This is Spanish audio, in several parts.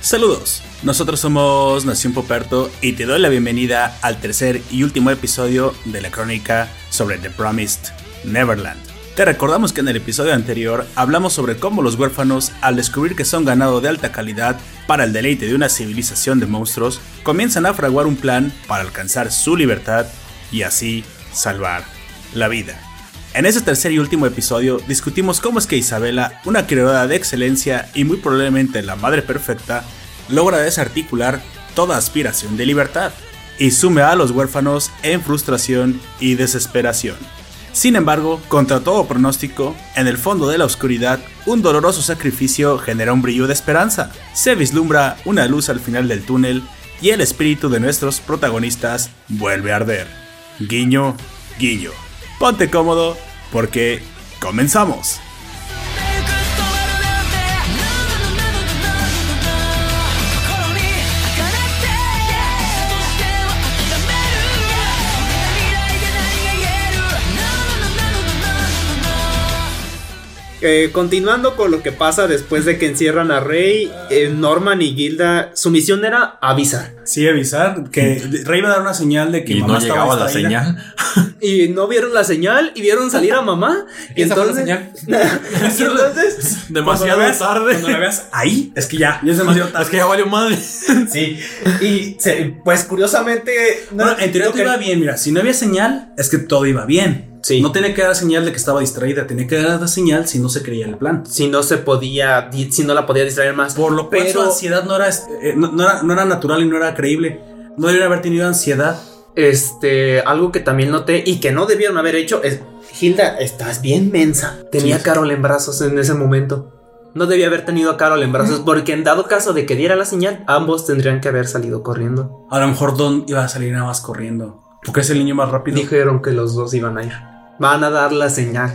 Saludos, nosotros somos Nación Poperto y te doy la bienvenida al tercer y último episodio de la crónica sobre The Promised Neverland. Te recordamos que en el episodio anterior hablamos sobre cómo los huérfanos, al descubrir que son ganado de alta calidad para el deleite de una civilización de monstruos, comienzan a fraguar un plan para alcanzar su libertad y así salvar la vida. En ese tercer y último episodio discutimos cómo es que Isabela, una creadora de excelencia y muy probablemente la madre perfecta, logra desarticular toda aspiración de libertad y sume a los huérfanos en frustración y desesperación. Sin embargo, contra todo pronóstico, en el fondo de la oscuridad, un doloroso sacrificio genera un brillo de esperanza. Se vislumbra una luz al final del túnel y el espíritu de nuestros protagonistas vuelve a arder. Guiño, guiño. Ponte cómodo porque comenzamos. Eh, continuando con lo que pasa después de que encierran a Rey, eh, Norman y Gilda, su misión era avisar. Sí, avisar que Rey iba a dar una señal de que Y no llegaba la distraída. señal. Y no vieron la señal y vieron salir a mamá. Y Esa fue la entonces. señal. y entonces. Demasiado Cuando la veas- Cuando la tarde. veas ahí, es que ya, ya es demasiado tarde. Es que ya valió madre. Sí. Y se- pues curiosamente. no- Bueno, en teoría no todo iba bien, mira, si no había señal, es que todo iba bien. Sí. No tenía que dar señal de que estaba distraída, tenía que dar señal si no se creía el plan. Si no se podía. di- Si no la podía distraer más. Por lo cual su pero. ansiedad no era, eh, no, no era, no era natural y no era creíble. No debería haber tenido ansiedad. Este. Algo que también noté y que no debieron haber hecho es. Gilda, estás bien mensa. Tenía Sí. a Carol en brazos en ese momento. No debía haber tenido a Carol en brazos porque en dado caso de que diera la señal, ambos tendrían que haber salido corriendo. A lo mejor Don iba a salir nada más corriendo. Porque es el niño más rápido. Dijeron que los dos iban a ir. Van a dar la señal.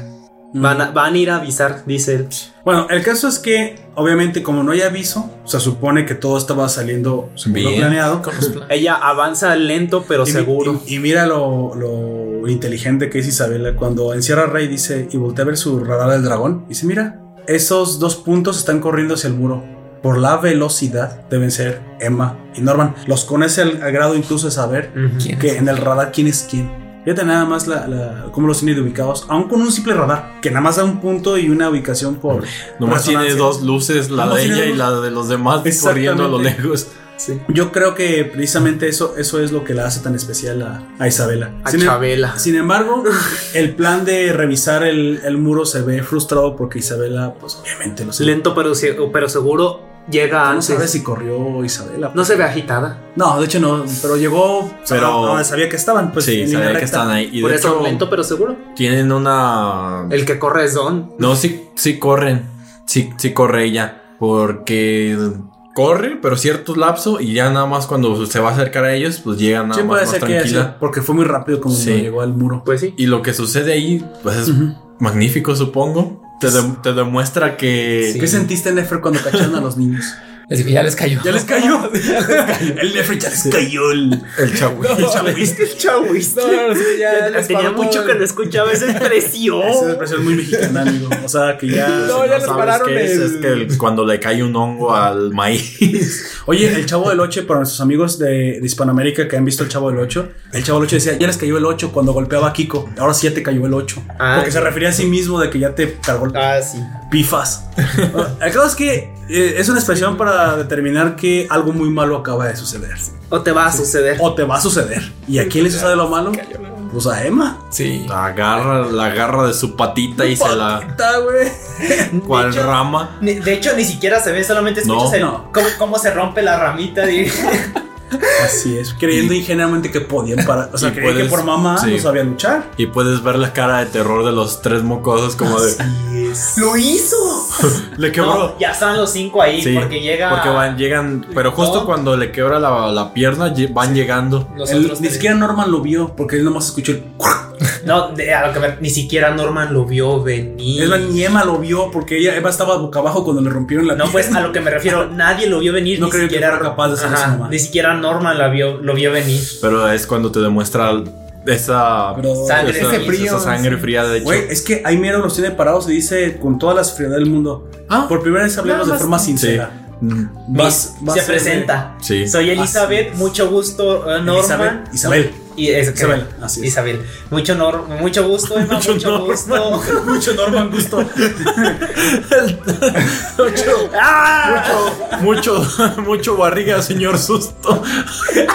Van a, van a ir a avisar, dice él. Mm. Bueno, el caso es que, obviamente, como no hay aviso, se supone que todo estaba saliendo según lo Bien. planeado. Ella avanza lento pero Y mi- seguro. Y, y mira lo, lo inteligente que es Isabela. Cuando encierra a Rey dice y voltea a ver su radar del dragón. Dice, mira, esos dos puntos están corriendo hacia el muro. Por la velocidad deben ser Emma y Norman. Los conoce al, al grado incluso de saber Ujú. ¿Quién? que en el radar quién es quién. Fíjate nada más la, la- cómo los tiene de ubicados, aún con un simple radar, que nada más da un punto y una ubicación por... Nomás resonancia. tiene dos luces, la Nomás de tiene ella y dos. la de los demás corriendo a lo Exactamente. lejos. Sí. Yo creo que precisamente eso, eso es lo que la hace tan especial a, a Isabela. A Sin em- Chabela. Sin embargo, el plan de revisar el, el muro se ve frustrado porque Isabela, pues obviamente no se Lento pero, se- pero seguro llega No antes. sabe si corrió Isabela. No se ve agitada. No, de hecho no, pero llegó Pero- a donde sabía que estaban. Pues, sí, en línea sabía que recta. están ahí. Y Por de eso hecho, lento pero seguro. tienen una. El que corre es Don. No, sí, sí corren. Sí, sí corre ella. Porque corre, pero cierto lapso. Y ya nada más cuando se va a acercar a ellos, pues llega nada Sí, más, puede más ser que sí, tranquila. porque fue muy rápido como Sí. cuando llegó al muro. Pues sí. Y lo que sucede ahí, pues es Ujú. magnífico, supongo. Te, de- te demuestra que. ¿Qué sentiste, Nefer, cuando cacharon a los niños? Así que ya les cayó. Ya les cayó. el Nefer ya les cayó el, El chavo. el chavis. este Tenía mucho que no escuchaba esa expresión. Esa expresión muy mexicana, amigo. O sea, que ya. No, ya les ¿Sabes pararon qué es? el- Es que el- cuando le cae un hongo al maíz. Oye, el Chavo del 8, para nuestros amigos de, de Hispanoamérica que han visto el Chavo del 8, el Chavo del 8 decía, ya les cayó el 8 cuando golpeaba a Kiko, ahora sí ya te cayó el 8. Ah. porque se refería a sí mismo de que ya te cargó el- Ah, sí. pifas. Bueno, el caso es que eh, es una expresión para determinar que algo muy malo acaba de suceder. O te va a suceder. Oh, O te va a suceder. ¿Y a quién le sucede lo malo? Pues a Emma. Sí. La agarra, la agarra de su patita y se la. Patita, güey. cual hecho- rama? Ni- De hecho, ni siquiera se ve, solamente escuchas No. el- No. Cómo, cómo se rompe la ramita. y- Así es, creyendo ingenuamente que podían parar. O sea, Y creían que puedes- por mamá sí. no sabía luchar. Y puedes ver la cara de terror de los tres mocosos como de... ¡Lo hizo! Le No, quebró. ya están los cinco ahí Sí, porque llega. Porque van, llegan... Pero justo No. cuando le quebra la, la pierna lle- van llegando. los Él- otros ni tres. siquiera Norman lo vio porque él nomás escuchó el... No, de- a lo que me- ni siquiera Norman lo vio venir. Es la ni Emma lo vio porque ella Emma estaba boca abajo cuando le rompieron la No, pues a lo que me refiero, nadie lo vio venir. No ni creo que siquiera, fuera capaz de hacer Ajá, eso, mamá. Ni siquiera Norman la vio, lo vio venir. Pero es cuando te demuestra esa... Pero- Sangre. esa, Ese frío, esa sangre sí. fría de hecho. Güey, es que ahí mero los tiene parados y dice con toda la frialdad del mundo. Ah, Por primera vez hablemos nada de más- forma sincera. Mm. Vas- vas se a- presenta. Sí. Soy Elizabeth, Así es. mucho gusto, eh, Norma. Elizabeth, Isabel. Y es que- Isabel, así es. Isabel. Mucho, nor- mucho gusto, Emma, mucho, gusto. Mucho Norman gusto. Mucho, mucho, mucho barriga, señor susto.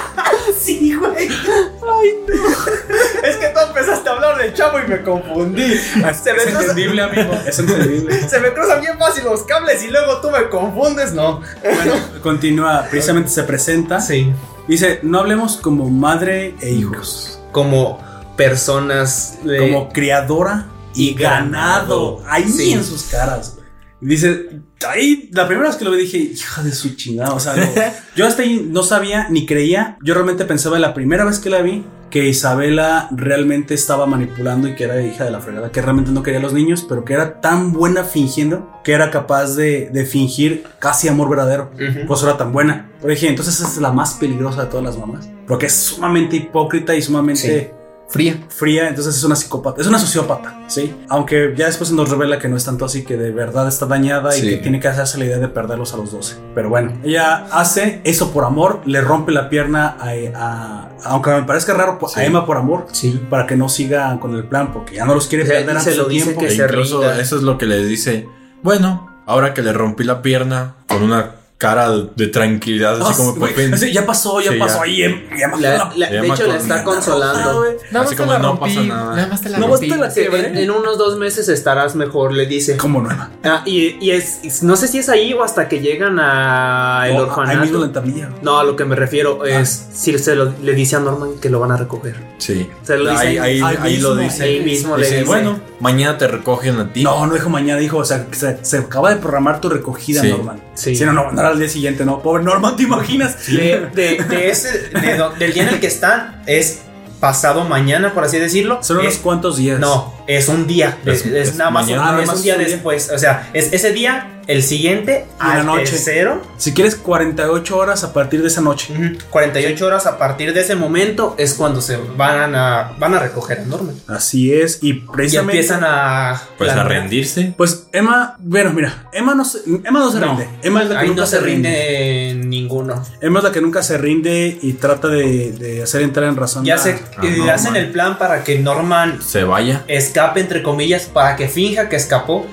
sí, güey. es que tú empezaste a hablar del chavo y me confundí. Se me, Es cruzan, entendible, amigo. Es entendible. se me cruzan bien fácil los cables y luego tú me confundes, ¿no? Bueno, continúa. Precisamente se presenta. Sí. Dice, no hablemos como madre e hijos. Como personas de- Como criadora y Y ganado. ganado. Ahí Sí. en sus caras, güey. Dice, ahí, la primera vez que lo vi dije, hija de su chingada. O sea, lo- yo hasta ahí no sabía ni creía. Yo realmente pensaba la primera vez que la vi que Isabela realmente estaba manipulando y que era hija de la fregada, que realmente no quería a los niños, pero que era tan buena fingiendo que era capaz de, de fingir casi amor verdadero. Ujú. Pues era tan buena. Pero dije, entonces esa es la más peligrosa de todas las mamás, porque es sumamente hipócrita y sumamente Sí. fría. fría, entonces es una psicópata, es una sociópata, ¿sí? Aunque ya después se nos revela que no es tanto así, que de verdad está dañada y Sí. que tiene que hacerse la idea de perderlos a los 12. Pero bueno, ella hace eso por amor, le rompe la pierna a, a- aunque me parezca raro, pues, a Sí. Emma por amor, Sí. para que no sigan con el plan, porque ya no los quiere O sea, perder y antes se lo de dice tiempo. que E se incluso rinda. eso es lo que les dice. Bueno, ahora que le rompí la pierna con una cara de tranquilidad, Ah, así como por güey, fin. así, ya pasó, ya Sí, pasó, ya. ahí em- ya mató La- la- la- de llama hecho, la Cornita. está consolando. Nada más Así te como la no pasa rompí. nada. Nada más te la Ah, No, rompí. vos te la Sí, en, en unos dos meses estarás mejor, le dice. Como nueva. Ah, y, y es, es- no sé si es ahí o hasta que llegan a el O- Ahí mismo en orfanato. la tablilla. No, a lo que me refiero es si se lo- le dice a Norman que lo van a recoger. Sí. Se lo ahí, dice ahí- ahí ahí lo mismo, dice. ahí mismo le Dice, dice. bueno, mañana te recogen a ti. No, no dijo mañana, dijo, o sea, que se, se acaba de programar tu recogida, Sí. Norman. Sí. Si no, no, no era al día siguiente, no. Pobre Norman, ¿te imaginas? Eh, De, de- de ese, de do- del día en el que están, es pasado mañana, por así decirlo. Son unos Es- cuantos días. Eh, No, es un día. Es- Es, es es nada más, mañana, un- nada es más un día un día. después. O sea, es ese día, el siguiente, la al noche. tercero. Si quieres 48 horas a partir de esa noche. ujú, 48 horas a partir de ese momento es cuando se van a, van a recoger a Norman. Así es. Y Y precisamente. empiezan a. Pues a planear. rendirse. Pues Emma, bueno, mira, Emma no se, Emma no se No, rinde. Emma es la que Ahí nunca no se rinde ninguno. Emma es la que nunca se rinde y trata de, de hacer entrar en razón. Ya a- se Ah, eh, no, hacen man. el plan para que Norman Se vaya. escape, entre comillas, para que finja que escapó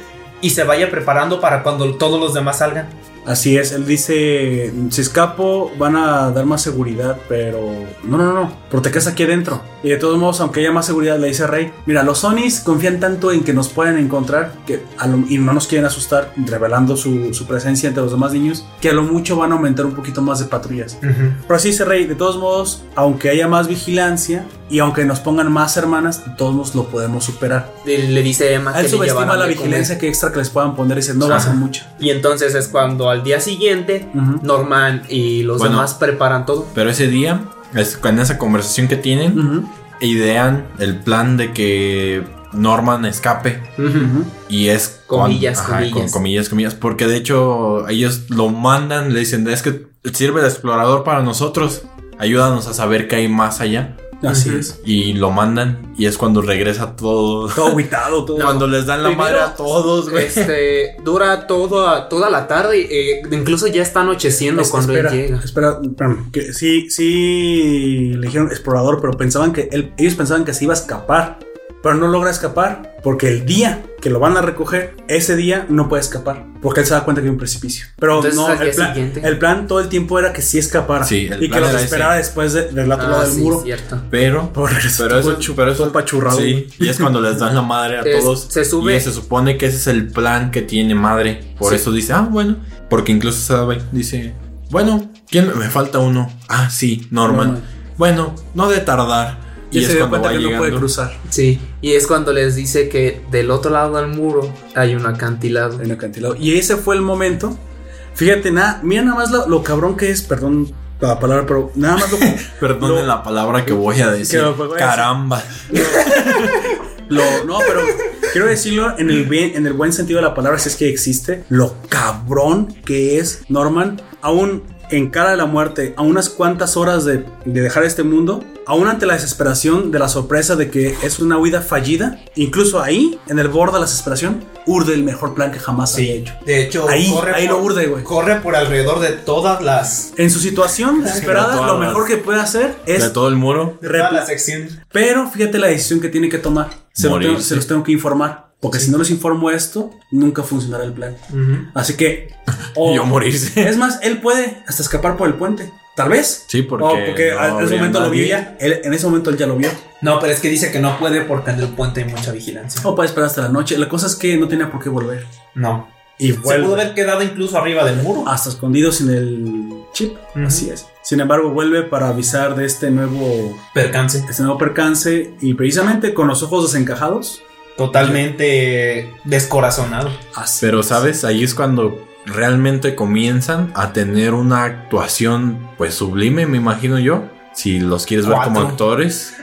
y se vaya preparando para cuando todos los demás salgan. Así es, él dice, si escapo van a dar más seguridad, pero no, no, no, porque te quedas aquí adentro. Y de todos modos, aunque haya más seguridad, le dice Rey, mira, los Sonis confían tanto en que nos pueden encontrar que a lo- y no nos quieren asustar revelando su, su presencia entre los demás niños, que a lo mucho van a aumentar un poquito más de patrullas. Pero así dice Rey, de todos modos, aunque haya más vigilancia y aunque nos pongan más hermanas, de todos modos lo podemos superar. Y le dice Emma A Ah, que él le subestima llevarán Ah, la de comer. vigilancia que extra que les puedan poner y dice, no va a ser Ajá. mucha. Y entonces es cuando al día siguiente Ujú. Norman y los Bueno. demás preparan todo. Pero ese día, es, en esa conversación que tienen, Ujú, idean el plan de que Norman escape. ujú. Y es Comillas, comillas. con comillas, comillas, porque de hecho ellos lo mandan, le dicen, es que sirve de explorador para nosotros, ayúdanos a saber qué hay más allá. Así Ujú. es. Y lo mandan y es cuando regresa todo. Todo aguitado, todo. cuando les dan la Primero, madre a todos, güey. Este dura toda, toda la tarde, eh, incluso ya está anocheciendo Es- cuando espera, él llega. espera, espérame, que sí, sí le dijeron explorador, pero pensaban que él- ellos pensaban que se iba a escapar, pero no logra escapar porque el día que lo van a recoger, ese día no puede escapar porque él se da cuenta que hay un precipicio. Pero Entonces, no, al el día plan, siguiente. el plan todo el tiempo era que sí escapara Sí, el y que plan los era esperara después de- del otro lado Ah, del sí, muro. cierto. Pero, Pero regresó pero todo eso, pero eso todo apachurrado, Sí, y es cuando les dan la madre a Es- todos. se sube. Y se supone que ese es el plan que tiene madre. Por Sí. eso dice, ah, bueno. Porque incluso sabe, dice, bueno, ¿quién me falta uno? Ah, sí, Norman. Norman. Bueno, no de tardar. Y, Y, se es dio cuenta cuando va que no puede llegando. cruzar Sí, y es cuando les dice que del otro lado del muro hay un acantilado. en el acantilado. Y ese fue el momento. Fíjate, nada, mira nada más lo, lo cabrón que es, perdón la palabra, pero nada más lo, Perdonen Lo- la palabra que voy a decir. Que voy a decir. Caramba. Lo- no, pero quiero decirlo en el, bien, en el buen sentido de la palabra, si es que existe, lo cabrón que es Norman, aún encara la muerte a unas cuantas horas de, de dejar este mundo, aún ante la desesperación de la sorpresa de que es una huida fallida, incluso ahí, en el borde de la desesperación, urde el mejor plan que jamás Sí. había hecho. De hecho, Ahí- ahí lo urde, güey. Corre por alrededor de todas las. En su situación desesperada, todas lo las- mejor que puede hacer De es... todo el muro. de Re- todas las secciones. Pero fíjate la decisión que tiene que tomar. Se, lo tengo- Morirse. se los tengo que informar. Porque si no los informo esto, nunca funcionará el plan. Así que... o- Y yo morirse. Es más, él puede hasta escapar por el puente. Tal vez. Sí, porque O porque no en ese habría momento lo vio nadie. ya. Él- en ese momento él ya lo vio. No, pero es que dice que no puede porque en el puente hay mucha vigilancia. O puede esperar hasta la noche. La cosa es que no tenía por qué volver. No. Y Se pudo vuelve haber quedado incluso arriba del muro. hasta escondido sin el chip. Ujú. Así es. Sin embargo, vuelve para avisar de este nuevo, Percance. este nuevo percance y precisamente con los ojos desencajados. Totalmente descorazonado. Así Pero, es. ¿sabes? Ahí es cuando realmente comienzan a tener una actuación, pues sublime, me imagino yo. Si los quieres ver como Cuatro. actores.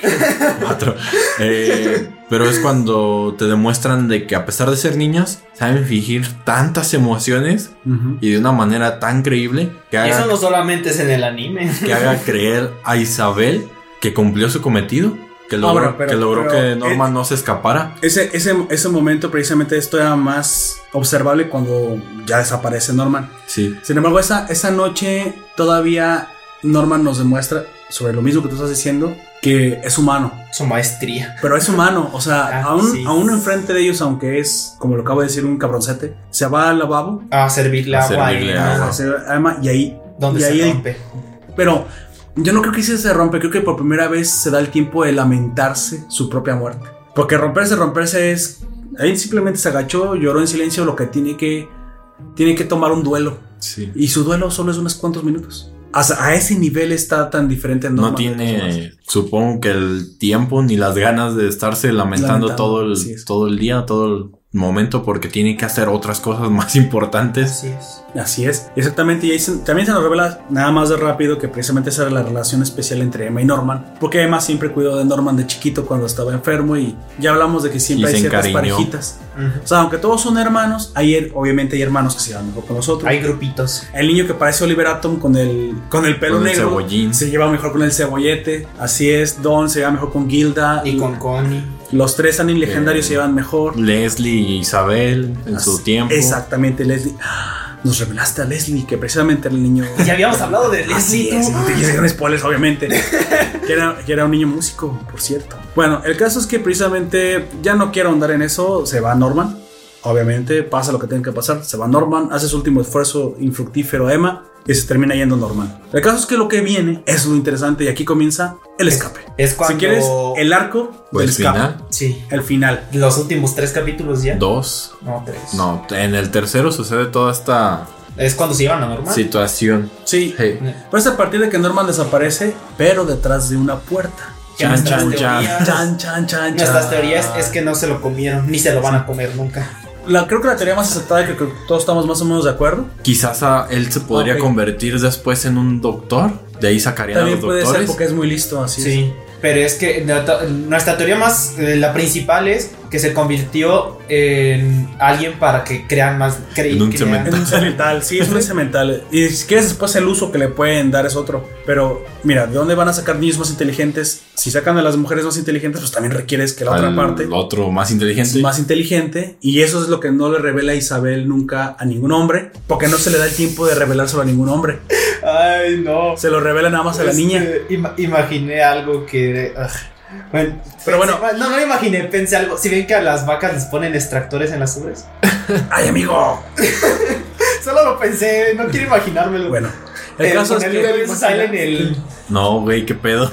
Cuatro. Eh, pero es cuando te demuestran de que a pesar de ser niños, saben fingir tantas emociones Ujú. y de una manera tan creíble que Y haga, eso no solamente es en el anime. que haga creer a Isabel que cumplió su cometido. Que logró, Ahora, pero- que, logró pero- que Norma eh, no se escapara. Ese, ese, ese momento precisamente esto era más observable cuando ya desaparece Norman. Sí. Sin embargo, esa, esa noche todavía Norman nos demuestra sobre lo mismo que tú estás diciendo, que es humano. Su maestría. Pero es humano, o sea, Ah, aún, sí. aún enfrente de ellos, aunque es, como lo acabo de decir, un cabroncete, se va al lavabo, A servirle A agua. servirle y- agua. Ajá. se ama y ahí... Donde y se ahí el- rompe. pero yo no creo que sí se rompe, creo que por primera vez se da el tiempo de lamentarse su propia muerte. Porque romperse, romperse es... Él simplemente se agachó, lloró en silencio, lo que tiene que... Tiene que tomar un duelo. Sí. Y su duelo solo es unos cuantos minutos. Hasta a ese nivel está tan diferente. a No Norman de los demás. tiene, supongo que el tiempo ni las ganas de estarse lamentando, Lamentando, todo, así es. el, todo el día, todo el momento, porque tiene que hacer otras cosas más importantes. Así es. Así es, exactamente. Y ahí se- también se nos revela nada más de rápido que precisamente esa era la relación especial entre Emma y Norman. Porque Emma siempre cuidó de Norman de chiquito cuando estaba enfermo y ya hablamos de que siempre hay Y se ciertas encariñó. parejitas. O sea, aunque todos son hermanos, hay, her- obviamente hay hermanos que se llevan mejor con nosotros. Hay grupitos. El niño que parece Oliver Atom con el, con el pelo Con el negro cebollín. se lleva mejor con el cebollete. Así es, Don se lleva mejor con Gilda. Y con Connie. Los tres Anin legendarios Eh, se llevan mejor. Leslie y Isabel en Así- su tiempo. Exactamente, Leslie. ¡Ah! Nos revelaste a Leslie, que precisamente era el niño. Ya habíamos hablado de Así Leslie. es, tú. te hicieron spoilers, obviamente. que, era, que era un niño músico, por cierto. Bueno, el caso es que precisamente ya no quiero ahondar en eso. Se va Norman. Obviamente, pasa lo que tiene que pasar. Se va Norman, hace su último esfuerzo infructífero a Emma y se termina yendo Norman. El caso es que lo que viene es lo interesante y aquí comienza el escape. Es cuando. Si quieres, el arco Pues del escape. final, Sí. El final. Los últimos tres capítulos ya. dos. No, tres. No, en el tercero sucede toda esta Es cuando se llevan a normal. situación. Sí, Hey. Pues a partir de que Norman desaparece, pero detrás de una puerta. Que Chan, nuestras chan, chan. teorías- Chan, chan, chan, Nuestras chan. teorías es que no se lo comieron, ni se lo van a comer nunca. La, creo que la teoría más aceptada, que, creo que todos estamos más o menos de acuerdo, Quizás a él se podría Ok. convertir después en un doctor. De ahí sacarían a también los puede ser doctores. porque es muy listo, así es. Sí. Pero es que nata- nuestra teoría más, eh, la principal es que se convirtió en alguien para que crean más. cre- En un crean- Es cemento. un cemental, sí, es un cemental. Y si quieres después el uso que le pueden dar es otro. Pero mira, ¿de dónde van a sacar niños más inteligentes? Si sacan a las mujeres más inteligentes, pues también requieres que la otra Al parte otro más es inteligente. más inteligente. Y eso es lo que no le revela Isabel nunca a ningún hombre, porque no se le da el tiempo de revelárselo a ningún hombre. Ay, no. Se lo revela nada más a la Este, niña. ima- imaginé algo que. ugh. Bueno, Pero pensé- bueno. No, no lo imaginé, pensé algo. Si ven que a las vacas les ponen extractores en las ubres. ¡Ay, amigo! Solo lo pensé, no quiero imaginármelo. Bueno, el Eh, caso es ponerle que. Princess Island el- No, güey, qué pedo.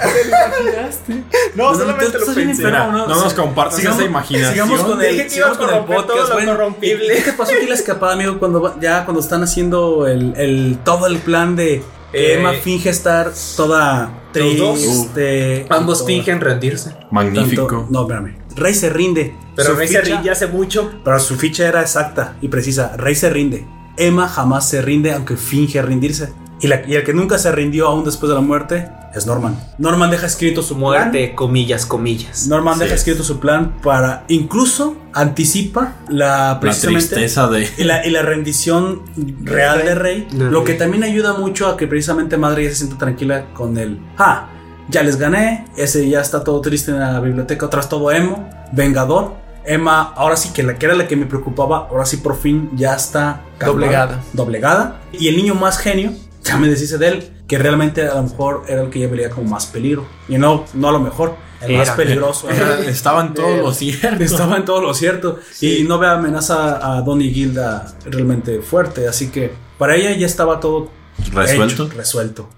No, No, solamente tú lo estás bien pensé. enfermo. Mira, no, no o sea, nos compartas sigamos- esa imaginación. Sigamos con Dije el, que iba a sigamos con el corromper todo podcast, lo bueno. corrompible. ¿Qué te pasó aquí la escapada, amigo? Cuando va- ya cuando están haciendo el, el- todo el plan de que Eh, Emma finge estar toda dos. triste. Uh, Ambos y toda- fingen rendirse. tanto- Magnífico. no, espérame. Rey se rinde. Pero Su Rey se ficha- rinde hace mucho. Pero su ficha era exacta y precisa. Rey se rinde. Emma jamás se rinde, aunque finge rendirse. Y, la- y el que nunca se rindió aún después de la muerte es Norman. Norman deja escrito su muerte. Muerte, comillas, comillas. Norman Así deja es. escrito su plan para incluso anticipa la La precisamente tristeza de. y la, y la rendición real de Rey, De lo Rey. que también ayuda mucho a que precisamente Madre ya se sienta tranquila con el, ah, ya les gané, ese ya está todo triste en la biblioteca, atrás todo emo, vengador, Emma, ahora sí que la que era la que me preocupaba, ahora sí por fin ya está calmada, Doblegada. doblegada, y el niño más genio, ya me deshice de él, que realmente a lo mejor era el que ya veía como más peligro, y no, no a lo mejor, el más Era. peligroso. Era- Estaban todos Era. los ciertos. Estaba en todo lo cierto. Y no ve amenaza a Donnie Gilda realmente fuerte. Así que para ella ya estaba todo Resuelto. hecho, resuelto.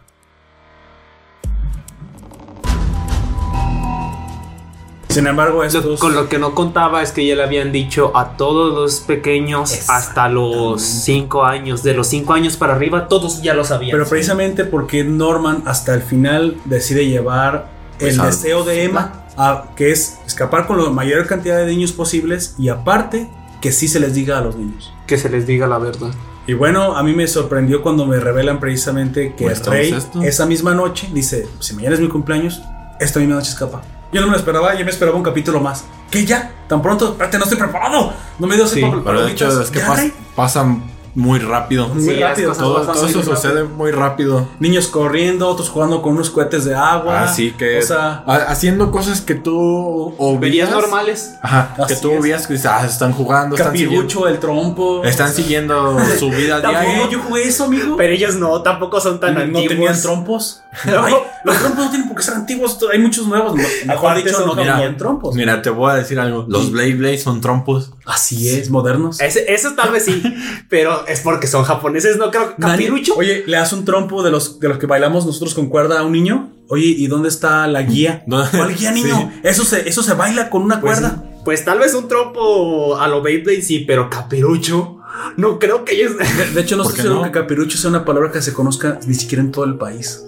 Sin Lo- embargo, estos, con lo que no contaba es que ya le habían dicho a todos los pequeños hasta los 5 años. De los 5 años para arriba, todos ya lo sabían. pero precisamente porque Norman hasta el final decide llevar Pues el al- deseo de Emma, a- que es escapar con la mayor cantidad de niños posibles y aparte que sí se les diga a los niños. que se les diga la verdad. Y bueno, a mí me sorprendió cuando me revelan precisamente que Pues, Rey entonces, esto. esa misma noche dice, si mañana es mi cumpleaños, esta misma noche escapa. Yo no me lo esperaba, yo me esperaba un capítulo más. ¿Qué ya? ¿Tan pronto? Espérate, no estoy preparado. No me dio Sí, tiempo para Pero de hecho palomitas. es que ¿Ya, pas- Rey? pasan muy rápido. Muy Sí, las rápido. cosas Todo, pasan todo muy eso rápido. sucede muy rápido. Niños corriendo, otros jugando con unos cohetes de agua. Así Ah, que Ah, O sea, ha- haciendo cosas que tú obvias. Verías normales. Ajá, que Así tú es. obvias que dices, "Ah, están jugando, están siguiendo, Capirucho, el trompo. están siguiendo su vida Tampoco diaria. yo jugué eso, amigo. Pero ellos no, tampoco son tan no antiguos. tenían trompos. Ay, los trompos no tienen por qué ser antiguos. Hay muchos nuevos. Mejor Aparte dicho, son no como- tenían trompos. Mira, te voy a decir algo. Los Blade Blade son trompos. Así es, modernos. Ese- eso tal vez sí, pero es porque son japoneses, no creo. Nadie- Capirucho. Oye, le das un trompo de los, de los que bailamos nosotros con cuerda a un niño. Oye, ¿y dónde está la guía? No. ¿Cuál guía, niño? Sí. Eso, se, eso se baila con una Pues, cuerda. pues tal vez un trompo a lo Beyblade sí, pero capirucho. No creo que ellos. De, de hecho, no ¿Por sé qué si no? que capirucho sea una palabra que se conozca ni siquiera en todo el país.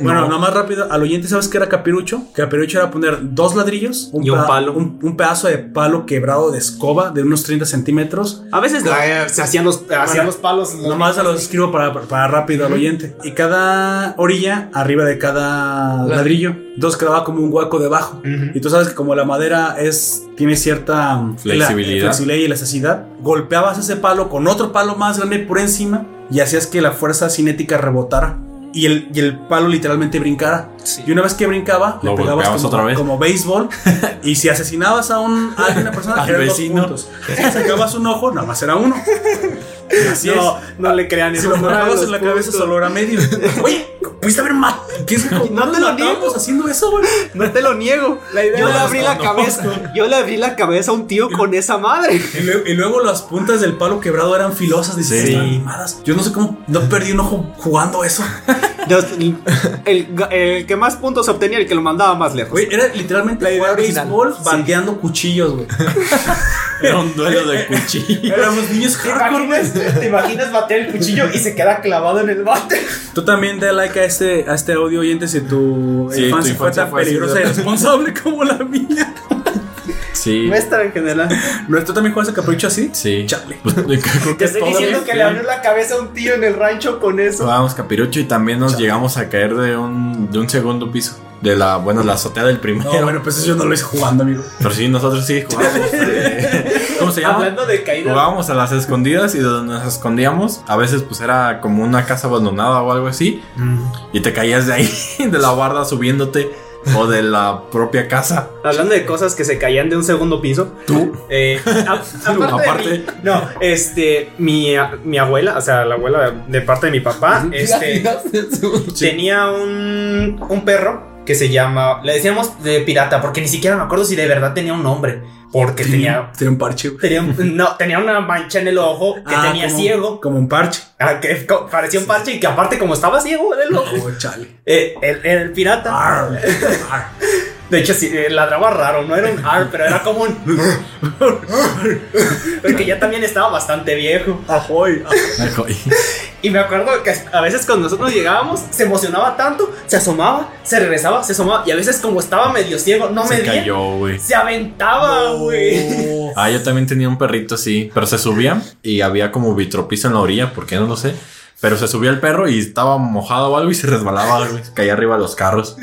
Bueno, nada más rápido, al oyente, ¿sabes qué era capirucho? Capirucho era poner dos ladrillos Y un peda- palo. Un, un pedazo de palo quebrado de escoba de unos 30 centímetros. A veces la- se hacían los, hacían Bueno, los palos. los- Nomás se los escribo para, para rápido al oyente. Y cada orilla, arriba de cada ladrillo, dos quedaba como un hueco debajo. Ujú. Y tú sabes que como la madera es tiene cierta um, Flexibilidad. la- flexibilidad y elasticidad, golpeabas ese palo con otro palo más grande por encima y hacías que la fuerza cinética rebotara y el, y el palo literalmente brincara. Sí. Y una vez que brincaba, Lo le pegabas golpeabas como, otra vez. como béisbol y si asesinabas a, un, a una persona, Al eran dos vecino. puntos. Si sacabas un ojo, nada más era uno. Y Así no, es. no le crean Si eso. lo no matabas los en la cabeza, puntos. solo era medio. Oye, pudiste haber matado. ¿Qué es que No te lo matábamos niego. haciendo eso, güey? No te lo niego. yo de le los abrí la condones. cabeza. Yo le abrí la cabeza a un tío con esa madre. Y luego, y luego las puntas del palo quebrado eran filosas, dices, Sí. "Están animadas". Yo no sé cómo no perdí un ojo jugando eso. Los- el, el que más puntos obtenía, el que lo mandaba más lejos. Güey, era literalmente La idea jugar original. béisbol Sí. bandeando cuchillos, güey. Era un duelo de cuchillo. Éramos niños ¿Te hardcore, güey. imaginas, te imaginas bater el cuchillo y se queda clavado en el bate? Tú también da like a este, a este audio oyente si tu eh, Sí, tu infancia fue infancia tan fue así peligrosa de- y responsable como la mía. Sí. Nuestra en general. ¿No, ¿Tú también juegas a capricho así? Sí. Chale. Pues, creo Te que estoy todo diciendo es que bien. le abrió la cabeza a un tío en el rancho con eso. Jugábamos capirucho y también nos llegamos a caer de un, de un segundo piso. De la, bueno, la azotea del primero. No, bueno, pues eso yo no lo hice jugando, amigo. Pero sí, nosotros sí jugábamos. eh, ¿Cómo se llama? Hablando de caída. Jugábamos a las escondidas y donde nos escondíamos, a veces pues era como una casa abandonada o algo así, Mm. y te caías de ahí, de la barda subiéndote o de la propia casa. Hablando de cosas que se caían de un segundo piso. Tú, eh, a- aparte, de Aparte. mi- no, este, mi, a- mi abuela, o sea, la abuela de, de parte de mi papá, este, tenía un, Un perro que se llama. Le decíamos de pirata, porque ni siquiera me acuerdo si de verdad tenía un nombre. Porque tenía. Tenía un parche, güey. tenía un- no, tenía una mancha en el ojo que Ah, tenía como- ciego. Como un parche. ah, que co- parecía un parche y que aparte, como estaba ciego, era el ojo. Oh, chale. Eh, él era el pirata. Arr, arr. De hecho, sí, eh, ladraba raro, no era un ar, pero era como un. Porque ya también estaba bastante viejo. Ahoy, ahoy. Y me acuerdo que a veces cuando nosotros llegábamos, se emocionaba tanto, se asomaba, se regresaba, se asomaba. Y a veces, como estaba medio ciego, no se medía, cayó, güey. se aventaba, güey. No. Ah, yo también tenía un perrito así, pero se subía y había como vitropiso en la orilla, ¿por qué no lo sé? Pero se subía el perro y estaba mojado o algo y se resbalaba, güey. Se Caía arriba de los carros.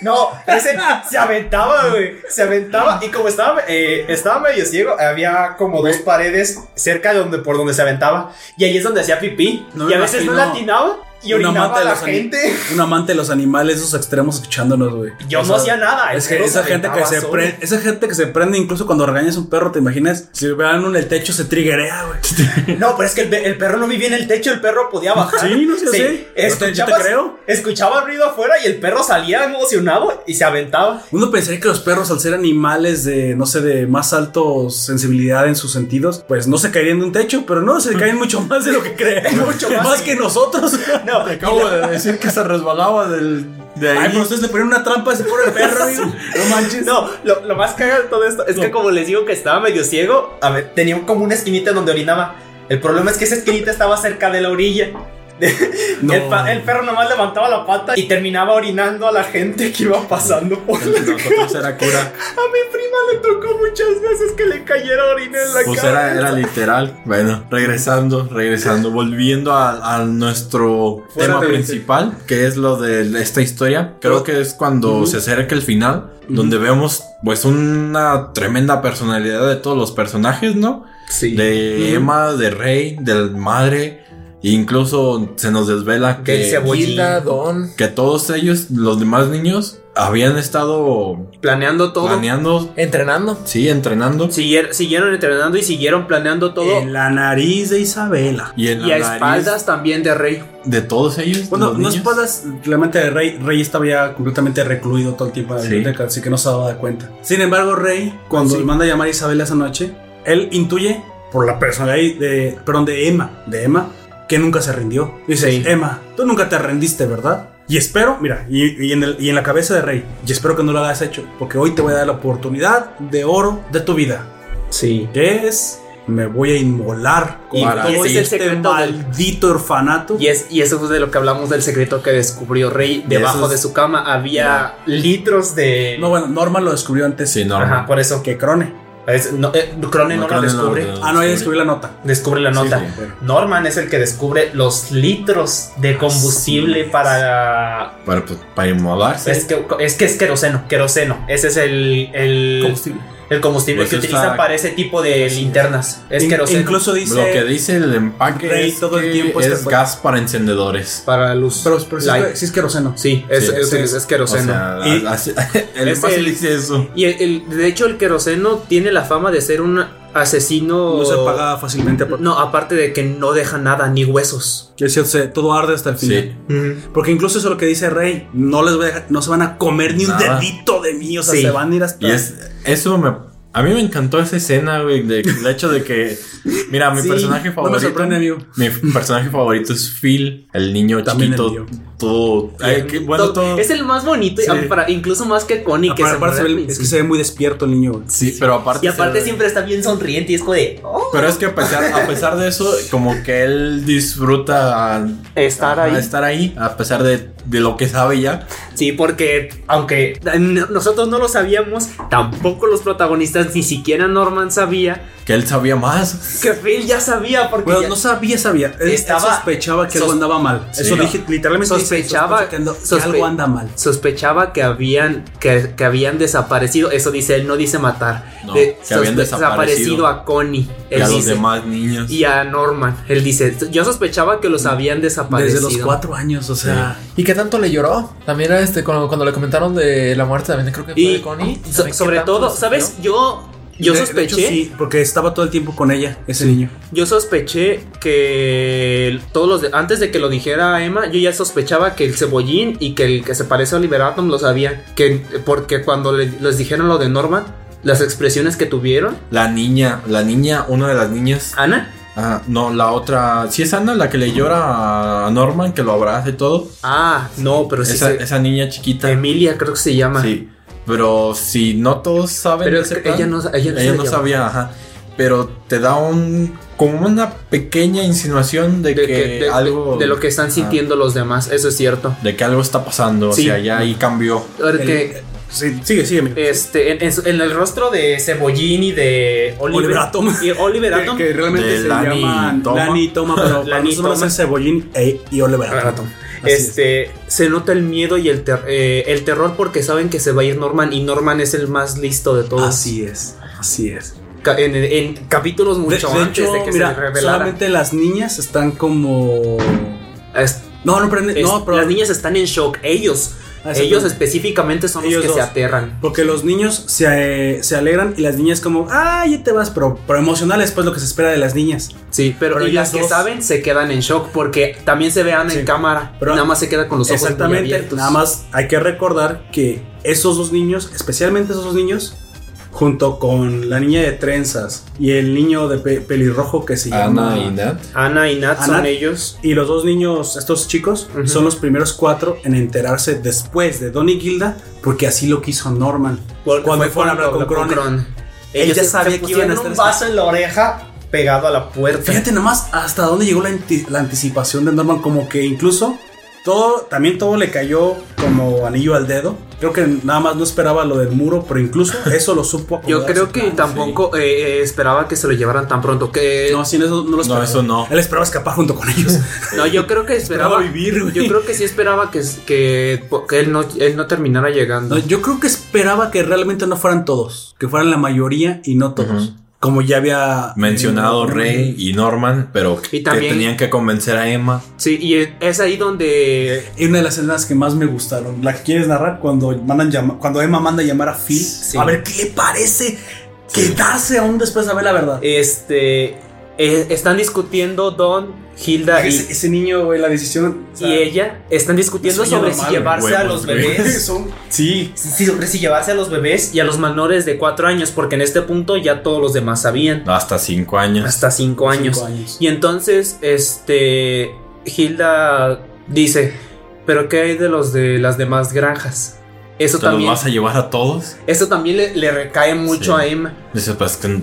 No, ese se aventaba, güey. Se aventaba. Y como estaba, eh, estaba medio ciego, había como dos paredes cerca de donde, por donde se aventaba. Y ahí es donde hacía pipí. No me y a veces no imagino latinaba y un orinaba amante a de la los ani- gente. Un amante de los animales, esos extremos escuchándonos, güey. Yo O no sea, hacía nada. Es que pero esa se gente que aventaba se solo. prende, esa gente que se prende incluso cuando regañas a un perro, ¿te imaginas? Si vean en el techo se triguea, güey. No, pero es que el, pe- el perro no vivía en el techo, el perro podía bajar. Sí, no sé, sí. Sí, Yo te- yo te Escuchaba, creo. escuchaba ruido afuera y el perro salía emocionado y se aventaba. Uno pensaría que los perros, al ser animales de, no sé, de más alto sensibilidad en sus sentidos, pues no se caerían de un techo, pero no, se caen mucho más de lo que creen. Mucho más, más sí. que nosotros. No, Acabo de decir que se resbalaba del, de Ay, pero ahí. ustedes le ponen una trampa a ese pobre perro, güey. No manches. No, lo, lo más cagado de todo esto es que como les digo que estaba medio ciego, a ver, tenía como una esquinita donde orinaba. El problema es que esa esquinita estaba cerca de la orilla. No. El, pa- el perro nomás levantaba la pata y terminaba orinando a la gente que iba pasando por la... Nosotros era cura. A mi prima le tocó muchas veces que le cayera orina en la Pues cara. era, era literal. Bueno, regresando, regresando, volviendo a, a nuestro Fuera tema de veinte. principal, que es lo de esta historia. Creo que es cuando se acerca el final, donde vemos pues una tremenda personalidad de todos los personajes, ¿no? Sí. De Ujú. Emma, de Rey, del madre, e incluso se nos desvela Del que, cebollín. Gilda, Don. que todos ellos, los demás niños, habían estado Planeando todo. planeando, Entrenando. sí, entrenando. Siguier- siguieron entrenando y siguieron planeando todo. En la nariz de Isabela. Y, en y la a nariz espaldas también de Rey. de todos ellos. Bueno, los no niños. espaldas, realmente Rey, Rey estaba ya completamente recluido todo el tiempo en la Sí. biblioteca, así que no se daba cuenta. Sin embargo, Rey, cuando Sí. manda a llamar a Isabela esa noche, él intuye por la personalidad de, perdón, de Emma, de Emma, que nunca se rindió. Dice, Sí. Emma, tú nunca te rendiste, ¿verdad? Y espero, mira, y, y en el- y en la cabeza de Rey, y espero que no lo hayas hecho, porque hoy te voy a dar la oportunidad de oro de tu vida, Sí. que es, me voy a inmolar Y- con y todo ese es el este secreto del- maldito orfanato. Y, es, y eso fue de lo que hablamos del secreto que descubrió Rey. Y eso Debajo es- de su cama había. Litros de... No, bueno, Norman lo descubrió antes. Sí, normal. Ajá, por eso. Que Crone. Es- no, eh, Cronen no, la creo que no lo- descubre. Ah, no, ella descubrió la nota. Descubre la Sí, nota. sí. Norman es el que descubre los litros de combustible es. para... Para, pues, para inmolarse. Es, que, es que es queroseno, queroseno. Ese es el, el, Combustible. el combustible Pues que es utilizan la- para ese tipo de linternas. Es In- queroseno. Incluso dice. Lo que dice el empaque Rey es, todo el que tiempo es este fue- gas para encendedores. Para luz. Pero, pero sí, Light. es, sí es queroseno. Sí, es, Sí, es- sí. es O queroseno. sea, Y- así- el es empaque el- dice eso. y el, el- de hecho, el queroseno tiene la fama de ser un asesino. No se apaga fácilmente. porque- No, aparte de que no deja nada, ni huesos. Es cierto, se- todo arde hasta el final. Sí. Porque incluso eso es lo que dice Rey. No les voy a dejar- no se van a comer ni un Nada. dedito de mí. O sea, Sí. se van a ir hasta. Y es, eso me, a mí me encantó esa escena, güey, de- el hecho de que, mira, mi Sí, personaje No me favorito, sorprende, amigo. mi personaje favorito es Phil, el niño También el chiquito, mío. todo, ay, qué bueno, To- todo, Es el más bonito, y Sí. para- incluso más que Connie, que Aparte- se aparte se muere ve- al es que principio. se ve muy despierto el niño. güey. sí, pero aparte, Y aparte se- siempre está bien sonriente y es como de... "Oh". pero es que a pesar, a pesar de eso, como que él disfruta Estar a estar ahí, a pesar de, de lo que sabe ya. Sí, porque aunque No- Nosotros no lo sabíamos, tampoco los protagonistas, ni siquiera Norman sabía Que él sabía más. que Phil ya sabía porque Bueno, ya- no sabía, sabía. Él- él Estaba- sospechaba que sos- algo andaba mal. Sí. Eso No. dije, literalmente dice, pues, Sospechaba- "Sospecho que ando- que sospe- algo anda mal. sospechaba que habían que, que habían desaparecido, eso dice él, no dice matar, No, De- que habían sospe- desaparecido. a Connie, y él a los dice, demás niños. y a Norman, él dice, yo sospechaba que los habían desaparecido. Desde los cuatro años, o sea. ¿Y qué tanto le lloró? También era este, cuando, cuando le comentaron de la muerte, también creo que fue Y de Connie. so- ¿Qué sobre tanto todo, le ¿sabes? sintió? Yo yo De- de sospeché, hecho, sí, porque estaba todo el tiempo con ella, ese niño. yo sospeché que todos los de- antes de que lo dijera Emma, yo ya sospechaba que el cebollín y que el que se parece a Oliver Atom lo sabían, que porque cuando le- les dijeron lo de Norman, las expresiones que tuvieron, La niña, la niña, una de las niñas. Ana, Ah, no, la otra. Si es Ana la que le llora a Norman, que lo abraza y todo. ah, no, pero sí Esa, se- esa niña chiquita. Emilia creo que se llama. Sí. Pero si no todos saben. Pero de es ese que ella plan, no- ella no se no llama. sabía, ajá. Pero te da un. Como una pequeña insinuación de, De, que que- de- de- algo. de lo que están ajá, sintiendo los demás, eso es cierto. De que algo está pasando. Sí. O sea, ya ahí cambió. Ahora El- que- Sí, sigue, sigue, amigo. Eh, Este, en, en su- en el rostro de Cebollín y de Oliver, Oliver Atom. Y Oliver Atom. Que, que realmente De se Lani llaman Toma. Lani y Toma, pero para Lani y Toma. nosotros Tomás Cebollín eh, e- y Oliver Oliver Atom. Atom. Así es. Este, se nota el miedo y el, ter- eh, el terror porque saben que se va a ir Norman y Norman es el más listo de todos. Así es, así es. Ca- en, en capítulos De, mucho de antes hecho, de que mira, se revelara. solamente las niñas están como... Es- No, no, pero, es- no, pero las niñas están en shock. Ellos, Ah, exactamente. ellos específicamente son Ellos los que se dos. aterran. Porque los niños se, eh, se alegran y las niñas como, ah, ya te vas, pero, pero emocional es pues lo que se espera de las niñas. Sí, pero, Pero y ellas las que dos. saben se quedan en shock porque también se vean Sí. en cámara. Pero- nada más se queda con los ojos muy Exactamente, abiertos. nada más hay que recordar que esos dos niños, especialmente esos dos niños, junto con la niña de trenzas y el niño de pe- pelirrojo que se llama... Ana y Nat. Ana y Nat son Ana- ellos. Y los dos niños, estos chicos, Ujú. son los primeros cuatro en enterarse después de Donnie Gilda, porque así lo quiso Norman. Porque Cuando fue fueron a hablar con habló Cronin. Él Ellos ya se- sabía se que iban a Tienen estar un vaso en la oreja pegado a la puerta. Fíjate nomás hasta dónde llegó la, anti- la anticipación de Norman, como que incluso todo, también todo le cayó como anillo al dedo. Creo que nada más no esperaba lo del muro, pero incluso eso lo supo. Yo acomodar creo su que plan, tampoco eh, eh, esperaba que se lo llevaran tan pronto. Que sí. No, sin eso no lo esperaba. eso no. Él esperaba escapar junto con ellos. No, yo creo que esperaba, Esperaba vivir, güey. Yo creo que sí esperaba que, que, que él, no, él no terminara llegando. No, yo creo que esperaba que realmente no fueran todos, que fueran la mayoría y no todos. Ujú. Como ya había eh, Mencionado Rey y Norman, pero Y que también- tenían que convencer a Emma. Sí, y es ahí donde. Y una de las escenas que más me gustaron, la que quieres narrar cuando mandan llama- cuando Emma manda llamar a Phil a ver qué le parece quedarse aún después de ver la verdad. Este. eh, están discutiendo Don, Hilda y, ese, ese niño, güey, la decisión. o sea, y ella. Están discutiendo Sueño sobre normal, si llevarse a huevos, los güey. bebés. son- sí, Sí, sí, sobre si llevarse a los bebés. Y a los menores de cuatro años, porque en este punto ya todos los demás sabían. Hasta cinco años. Hasta cinco años. cinco años. Y entonces, este. Hilda dice: ¿Pero qué hay de los de las demás granjas? Eso ¿Te los también. vas a llevar a todos? Eso también le, le recae mucho Sí. a Emma. Dice, pues que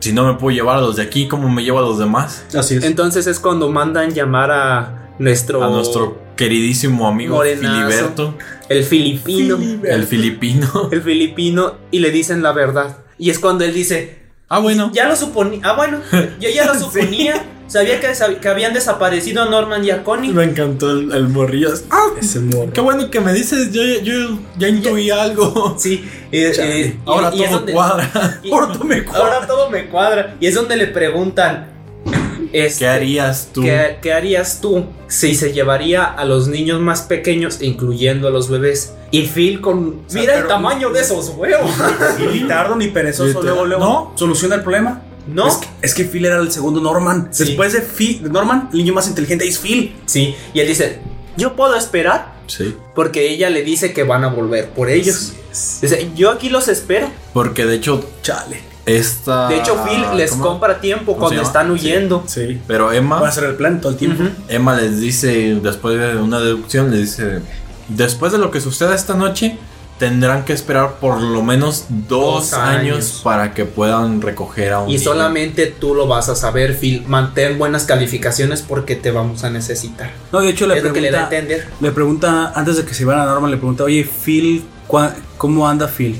si no me puedo llevar a los de aquí, ¿cómo me llevo a los demás? Así es. Entonces es cuando mandan llamar a nuestro. A nuestro queridísimo amigo Morenazo. Filiberto, El filipino. el filipino. El filipino. Y le dicen la verdad. Y es cuando él dice: Ah, bueno. Ya lo suponía. Ah, bueno. Yo ya lo suponía. Sabía que, sab- que habían desaparecido a Norman y a Connie. Me encantó el, el morrillo. Ah, Ese morro. qué bueno que me dices, yo, yo ya intuí algo. Sí. eh, eh, y- Ahora y todo es donde- cuadra. y- Ahora todo me cuadra. Ahora todo me cuadra. Y es donde le preguntan. ¿Qué este, harías tú? ¿Qué, qué harías tú si se llevaría a los niños más pequeños, pues, incluyendo a los bebés? Y Phil con... Mira el tamaño de esos huevos. Y ni tardo ni perezoso, Literal. luego, luego. No. Soluciona el problema. ¿No? Es que, es que Phil era el segundo Norman. Sí. Después de, Phil, de Norman, el niño más inteligente es Phil. Sí. Y él dice, yo puedo esperar Sí. porque ella le dice que van a volver por ellos. Dice, yo aquí los espero. Porque de hecho, Chale. esta. De hecho, Phil les Ah, ¿cómo? compra tiempo ¿Cómo cuando se llama? están Sí. huyendo. Sí. Pero Emma. Va a ser el plan todo el tiempo. ¿Ah? Ujú. Emma les dice, después de una deducción, les dice, después de lo que suceda esta noche, tendrán que esperar por lo menos dos, Dos años, años. para que puedan recoger a un Y niño". solamente tú lo vas a saber, Phil. Mantén buenas calificaciones porque te vamos a necesitar. No, de hecho, le es lo que le da a pregunta, le, entender. pregunta, antes de que se vayan a Norman, le pregunta, oye, Phil, ¿cuá- ¿cómo anda Phil?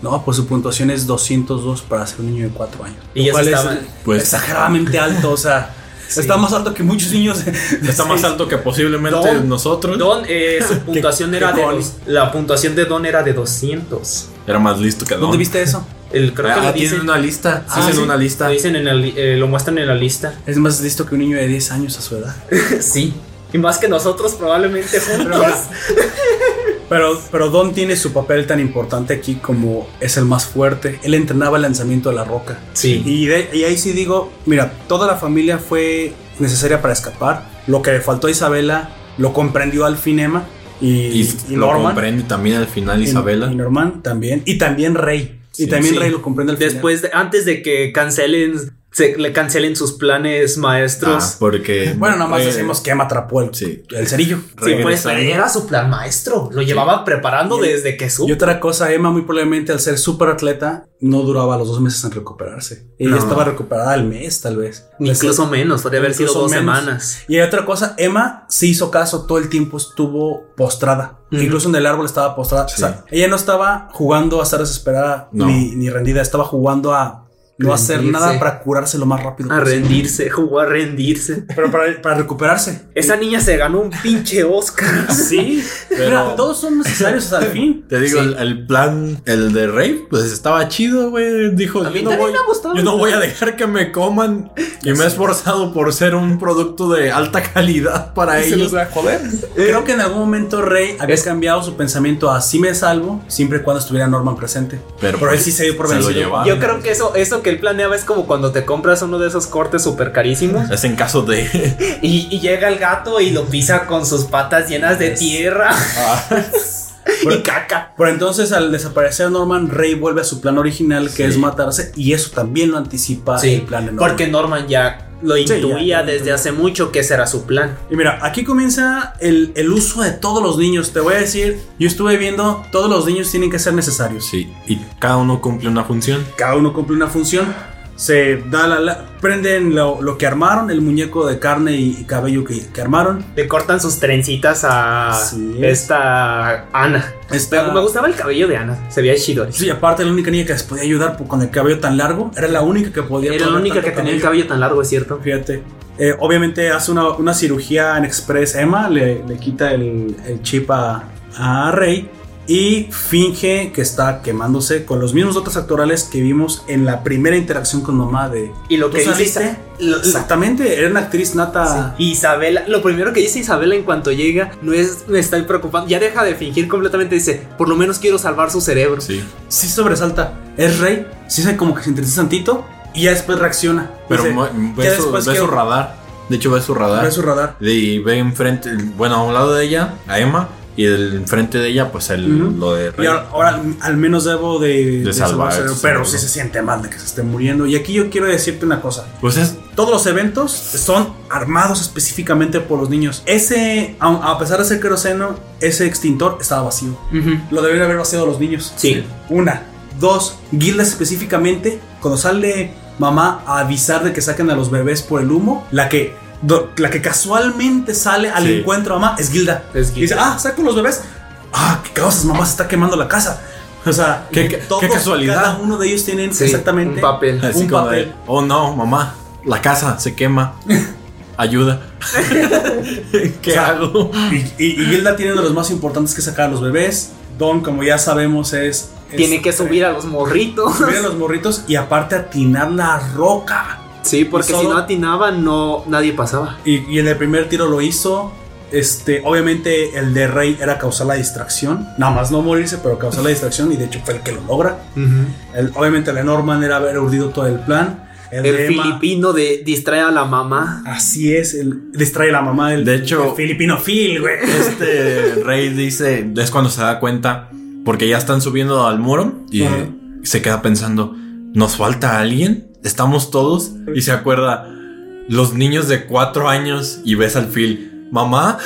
No, pues su puntuación es 202 para ser un niño de 4 años. Y Lo ellos cual es estaban- Pues- exageradamente alto, o sea, está más alto que muchos niños. Está más alto que posiblemente Don- nosotros. Don, eh, su puntuación qué era de con? dos- la puntuación de Don era de 200. Era más listo que Don. ¿Dónde viste eso? El, creo que Ah, lo tienen dicen, una lista. Sí, Ah, hacen sí. una lista. lo dicen en la li- eh, lo muestran en la lista. Es más listo que un niño de 10 años a su edad. sí. Y más que nosotros probablemente juntos. Pero, pero Don tiene su papel tan importante aquí como es el más fuerte. Él entrenaba el lanzamiento de la roca. sí. Y, de- y ahí sí digo, mira, toda la familia fue necesaria para escapar. Lo que le faltó a Isabela lo comprendió al Finema y, Y, y lo Norman. comprende también al final Y- Isabela. Y, Norman también. Y también Rey. Sí. y también Sí. Rey lo comprende al Después, de- antes de que cancelen se le cancelen sus planes maestros. Ah, porque. Bueno, nada más fue- decimos que Emma atrapó el, Sí. el cerillo. sí, pues regresar. pero era su plan maestro. Lo llevaba preparando desde que Y supo. otra cosa, Emma muy probablemente al ser súper atleta no duraba los dos meses en recuperarse. Ella No. estaba recuperada al mes, tal vez. Incluso menos, podría haber sido Incluso dos menos. semanas. Y hay otra cosa, Emma sí hizo caso, todo el tiempo estuvo postrada. Ujú. Incluso en el árbol estaba postrada. O sea, ella no estaba jugando a estar desesperada No. ni, ni rendida, estaba jugando a no hacer Rendirse. nada para curarse lo más rápido A posible. rendirse, jugó a rendirse. Pero para, para recuperarse. Esa niña se ganó un pinche Oscar. Sí, Mira, todos son necesarios al fin. Te digo, el, el plan, el de Rave, pues estaba chido, güey. Dijo, A mí yo no, también voy, me ha gustado. yo no voy a dejar que me coman. Y me he esforzado por ser un producto de alta calidad para Se los ellos. va a joder. Creo que en algún momento Rey había cambiado su pensamiento a sí me salvo siempre y cuando estuviera Norman presente. Pero, Pero él sí se dio por se lo vencido. llevaron. Yo creo que eso, eso que él planeaba es como cuando te compras uno de esos cortes súper carísimos Es en caso de. y, y llega el gato y lo pisa con sus patas llenas de tierra Ah. y caca. Pero entonces al desaparecer Norman, Rey vuelve a su plan original que es matarse y eso también lo anticipa Sí, el plan de Norman. porque Norman ya lo ya, intuía ya lo desde intuía. hace mucho que ese era su plan. Y mira, aquí comienza el, el uso de todos los niños. Te voy a decir, yo estuve viendo, todos los niños tienen que ser necesarios. Sí, y cada uno cumple una función. Cada uno cumple una función. Se da la, la- prenden lo, lo que armaron, el muñeco de carne y, y cabello que, que armaron. Le cortan sus trencitas a Así es. esta Ana. Está- Me, me gustaba el cabello de Ana, se veía chido. Sí, aparte la única niña que les podía ayudar por- con el cabello tan largo, era la única que podía. Era la poner única tanto que tenía el cabello tan largo, es cierto. Fíjate. Eh, obviamente hace una, una cirugía en Express Emma, le, le quita el, el chip a, a Rey y finge que está quemándose con los mismos dotes actorales que vimos en la primera interacción con mamá de... Y lo ¿Tú que dice saliste? Isa- lo- lo- Exactamente, era una actriz nata... Sí. Isabela, lo primero que dice Isabela en cuanto llega no es me está preocupando, ya deja de fingir completamente, dice, por lo menos quiero salvar su cerebro. Sí. Sí. sobresalta, es Rey, sí se como que se interesa tantito y ya después reacciona. Pero Dice, mu- ya ve, su, después ve que- su radar. De hecho, ve su radar. "Ve su radar. Y ve enfrente, bueno, a un lado de ella, a Emma. Y del enfrente de ella, pues el, Ujú. lo de Rey. Y ahora, ahora al- al menos debo de, de salvar salvarse, su pero cerebro. sí se siente mal de que se esté muriendo. Y aquí yo quiero decirte una cosa. Pues es. Todos los eventos son armados específicamente por los niños. Ese, a, a pesar de ser queroseno, ese extintor estaba vacío. Ujú. Lo deberían haber vaciado los niños. Sí. Una, dos, guildas específicamente, cuando sale mamá a avisar de que saquen a los bebés por el humo, la que, do- la que casualmente sale al Sí. encuentro a mamá es Gilda. Es Y dice, Gilda. ah, saco los bebés. Ah, qué causas, mamá se está quemando la casa. O sea, Qué- qué- qué casualidad. Cada uno de ellos tienen Sí, exactamente un papel. Así un como de, papel. oh no, mamá, la casa se quema. Ayuda. ¿Qué O sea, hago? Y, y- y Gilda tiene uno de los más importantes que sacar a los bebés. Don, como ya sabemos, es. es- eh, Tiene que subir a los morritos. subir a los morritos y aparte atinar la roca. Sí, pues. porque Y solo- si no atinaba, no, nadie pasaba. Y, y en el primer tiro lo hizo. Este, obviamente el de Rey era causar la distracción. Nada más no morirse, pero causar la distracción. Y de hecho fue el que lo logra. El- obviamente el de Norman era haber urdido todo el plan. El, El de Emma- filipino de distrae a la mamá. Así es, el, distrae a la mamá del De hecho- el filipino Phil, güey. Este Rey dice, es cuando se da cuenta, porque ya están subiendo al muro y Ajá. se queda pensando, ¿nos falta alguien? ¿Estamos todos? Y se acuerda, los niños de cuatro años y ves al Phil, mamá.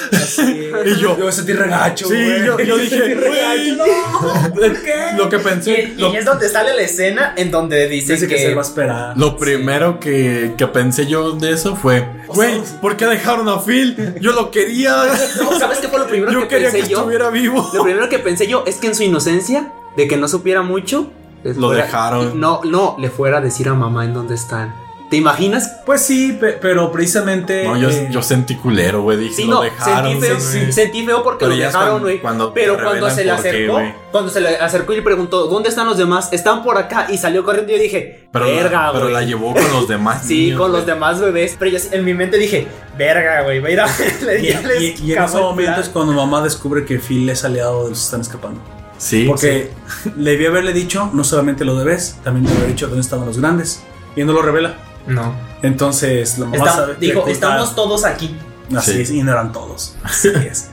y yo- Yo me sentí regacho, Sí, güey. yo- yo Me dije, sentí regacho, no, ¿por qué? Lo que pensé, Y, lo, es donde sale la escena en donde dice, Dice que, que se va a esperar. lo primero que, que pensé yo de eso fue, güey, ¿por qué dejaron a Phil? Yo lo quería. No, ¿Sabes qué fue lo primero Yo que quería que pensé yo? estuviera vivo. Lo primero que pensé yo es que en su inocencia, de que no supiera mucho, le Lo dejaron. No, no, le fuera a decir a mamá en dónde están. ¿Te imaginas Pues sí, pe- pero precisamente. No, yo, eh, yo sentí culero, güey. Dije, Sí, lo no, dejaron. sentí, feo, güey. sentí feo porque Pero lo ya es dejaron, cuando- güey. cuando te Pero cuando revelan se le por qué, acercó, güey. cuando se le acercó y le preguntó, ¿dónde están los demás? Están por acá y salió corriendo y yo dije, Pero, verga, la, pero la güey. llevó con los demás. Sí, niños, con los güey. demás bebés. Pero yo sí- en mi mente dije, Verga, güey. Mira, Y, ya les y- y en cagó ese el momento plan. es cuando mamá descubre que Phil es aliado de los que están escapando. Sí. Porque le debió haberle dicho, no solamente los bebés, también le había dicho dónde estaban los grandes. Y no lo revela. no. Entonces la mamá Está- sabe que dijo, ocultar- estamos todos aquí. Así Sí. es, y no eran todos. Así es.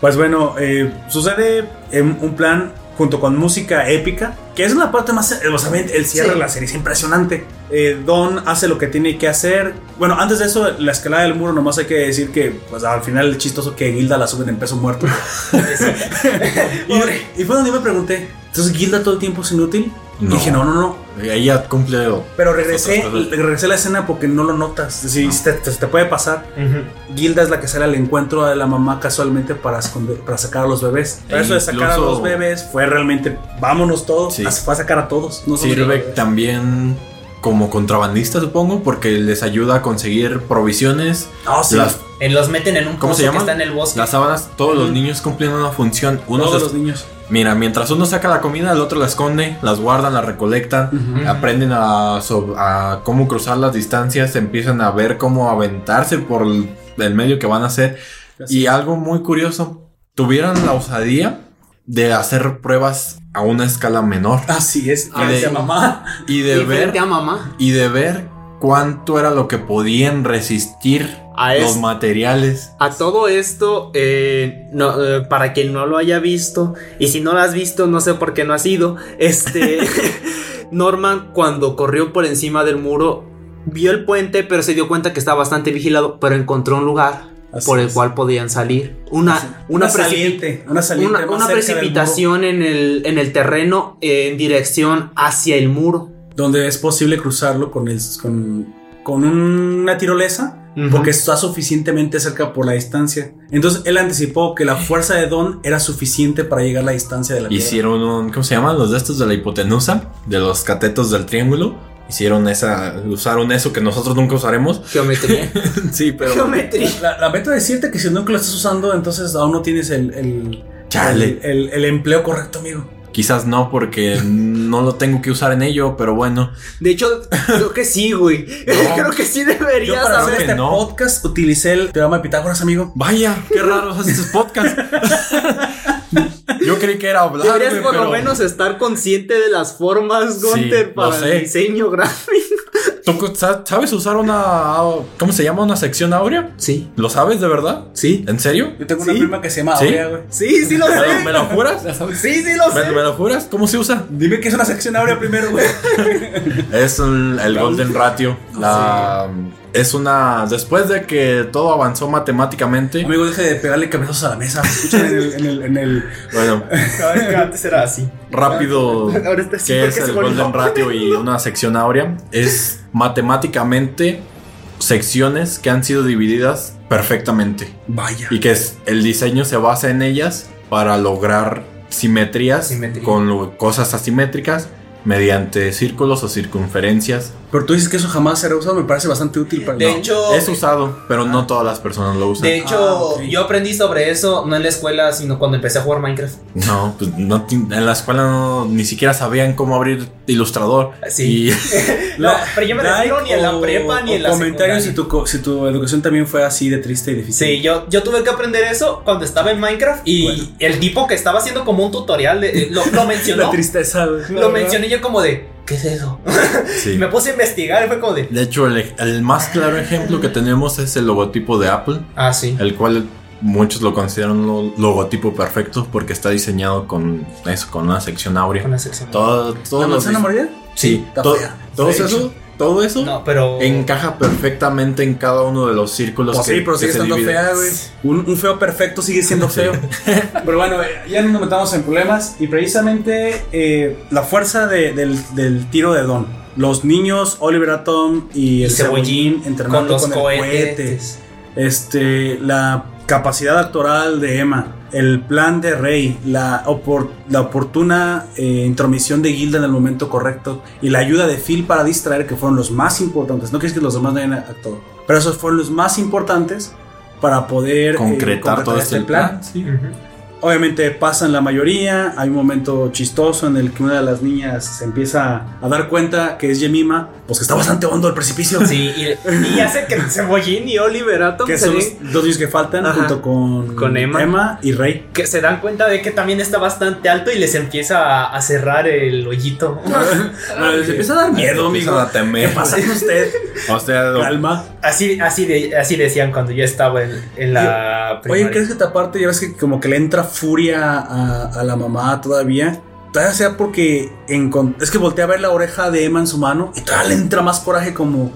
Pues bueno, eh, sucede en un plan junto con música épica, que es la parte más... eh, O sea, ven, el cierre Sí. de la serie es impresionante. Eh, Don hace lo que tiene que hacer. Bueno, antes de eso, la escalada del muro, nomás hay que decir que pues, al final es chistoso que Gilda la suben en peso muerto. y, y fue donde yo me pregunté, ¿entonces Gilda todo el tiempo es inútil? No. Y dije, no, no, no. Ella cumple lo- Pero regresé, Otras cosas. regresé a la escena porque no lo notas. Si te, te- te puede pasar. Gilda es la que sale al encuentro de la mamá casualmente para, esconder- para sacar a los bebés. Pero E eso de sacar a incluso- los bebés fue realmente, vámonos todos. Sí. Ah, se fue a sacar a todos. No solo Sirve los bebés. también como contrabandista, supongo, porque les ayuda a conseguir provisiones. No, sí. Las, Eh, los meten en un ¿Cómo coso se llama? que está en el bosque. las sábanas, todos los Ujú. niños cumplen una función. Uno todos se- los niños. Mira, mientras uno saca la comida, el otro la esconde, las guardan, las recolectan, Ujú. aprenden a, so- a cómo cruzar las distancias, empiezan a ver cómo aventarse por el el medio que van a hacer. Y algo muy curioso, tuvieron la osadía de hacer pruebas a una escala menor Así es. Ah, de sí. mamá. y de Y ver frente a mamá. y de ver cuánto era lo que podían resistir A los es- materiales. A todo esto, eh, no, eh, para quien no lo haya visto, y si no lo has visto, no sé por qué no has ido, este, Norman cuando corrió por encima del muro, vio el puente, pero se dio cuenta que estaba bastante vigilado, pero encontró un lugar Así por el es. cual podían salir. Una, una, Una, precipi- saliente. Una saliente. una- más una cerca del muro, precipitación en el, en el terreno eh, en dirección hacia el muro. Donde es posible cruzarlo con, el, con, con una tirolesa. Ujú. porque está suficientemente cerca por la distancia. Entonces él anticipó que la fuerza de Don era suficiente para llegar a la distancia de la Tierra. Hicieron un, ¿cómo se llaman? Los de estos de la hipotenusa, de los catetos del triángulo. Hicieron esa, usaron eso que nosotros nunca usaremos. Geometría. Sí, pero... Geometría. La, la meta es decirte que si nunca lo estás usando, entonces aún no tienes el, el, Chale. el, el- el empleo correcto, amigo. Quizás no, porque no lo tengo que usar en ello, pero bueno. De hecho, creo que sí, güey. creo que sí Yo deberías para haber hacer que este no. podcast utilicé el teorema de Pitágoras, amigo. Vaya, qué raros estos podcasts. Yo creí que era hablar. Deberías güey, por lo pero menos estar consciente de las formas, Sí, Gunter, lo para sé. el diseño gráfico. ¿Tú cu- sa- sabes usar una... ¿Cómo se llama? ¿Una sección áurea? Sí, ¿Lo sabes de verdad? sí. ¿En serio? Yo tengo ¿Sí? una prima que se llama ¿Sí? Aurea, güey. Sí, sí lo ¿Me lo- sé. ¿Me lo juras? Sí, sí lo ¿Me, sé. me lo juras? ¿Cómo se usa? Dime que es una sección Aurea primero, güey. Es el, el Golden Ratio. Ah, La, Es una. Después de que todo avanzó matemáticamente. amigo, deje de pegarle cabezazos a la mesa. Escuchen en el, en el, en el- Bueno, No, es que antes era así. rápido. Ahora está así ¿Qué porque es se el volvió. Golden Ratio y una sección áurea? Es matemáticamente secciones que han sido divididas perfectamente. Vaya. Y que es, el diseño se basa en ellas para lograr simetrías Simetría. con lo- cosas asimétricas mediante círculos o circunferencias. Pero tú dices que eso jamás será usado, me parece bastante útil para De No. hecho, Es usado, pero no todas las personas lo usan. Ah. de hecho Ah, ok. yo aprendí sobre eso no en la escuela, sino cuando empecé a jugar Minecraft. No, pues no, ti- en la escuela no- ni siquiera sabían cómo abrir ilustrador. Sí. Y No, La- pero yo me like refiero ni en la o- prepa ni o en la comentarios si secundaria. tu, co- si tu educación también fue así de triste y difícil. Sí, yo, yo tuve que aprender eso cuando estaba en Minecraft y Bueno. el tipo que estaba haciendo como un tutorial de- eh, lo, lo mencionó. La tristeza, güey. Lo mencioné yo como de, ¿qué es eso? sí. Y me puse a investigar y fue como de, De hecho, el, ej- el más claro ejemplo que tenemos es el logotipo de Apple, ah, sí. el cual muchos lo consideran un lo- logotipo perfecto porque está diseñado con eso, con una sección Con áurea. la sección. Todo, todo ¿La lo manzana dis- amarilla? Sí, Está to- fea. todo Fea. eso, todo eso No, pero. encaja perfectamente en cada uno de los círculos Pues que, sí, pero que sigue se estando dividen. fea, güey. Un, un feo perfecto sigue siendo Sí. feo. Pero bueno, eh, ya no nos metamos en problemas. Y precisamente eh, la fuerza de- del, del tiro de Don. Los niños, Oliver Atom y Y el Cebollín cebollín Con entrenando los con, el cohete. cohetes. este, la capacidad actoral de Emma, el plan de Rey, la, opor- la oportuna eh, intromisión de Gilda en el momento correcto y la ayuda de Phil para distraer, que fueron los más importantes. No quieres que los demás no hayan actuado, pero esos fueron los más importantes para poder eh, Concretar todo este plan. sí. Obviamente pasan la mayoría, hay un momento chistoso en el que una de las niñas se empieza a dar cuenta que es Yemima, pues que está bastante hondo el precipicio. Sí, y, Y hace que Cebollín y Oliver Atom Que se son den- los dos niños que faltan Ajá. junto con, Con Emma. y Rey. que se dan cuenta de que también está bastante alto y les empieza a, a cerrar el hoyito. Ah, les empieza a dar miedo, Empiezan amigo. a temer. ¿Qué pasa con usted? O sea, lo- Calma. Así, así, de- así decían cuando yo estaba en, en la Oye, primaria. ¿crees que te aparte ya ves que como que le entra furia a, a la mamá todavía? Todavía sea porque encon- es que volteé a ver la oreja de Emma en su mano y todavía le entra más coraje como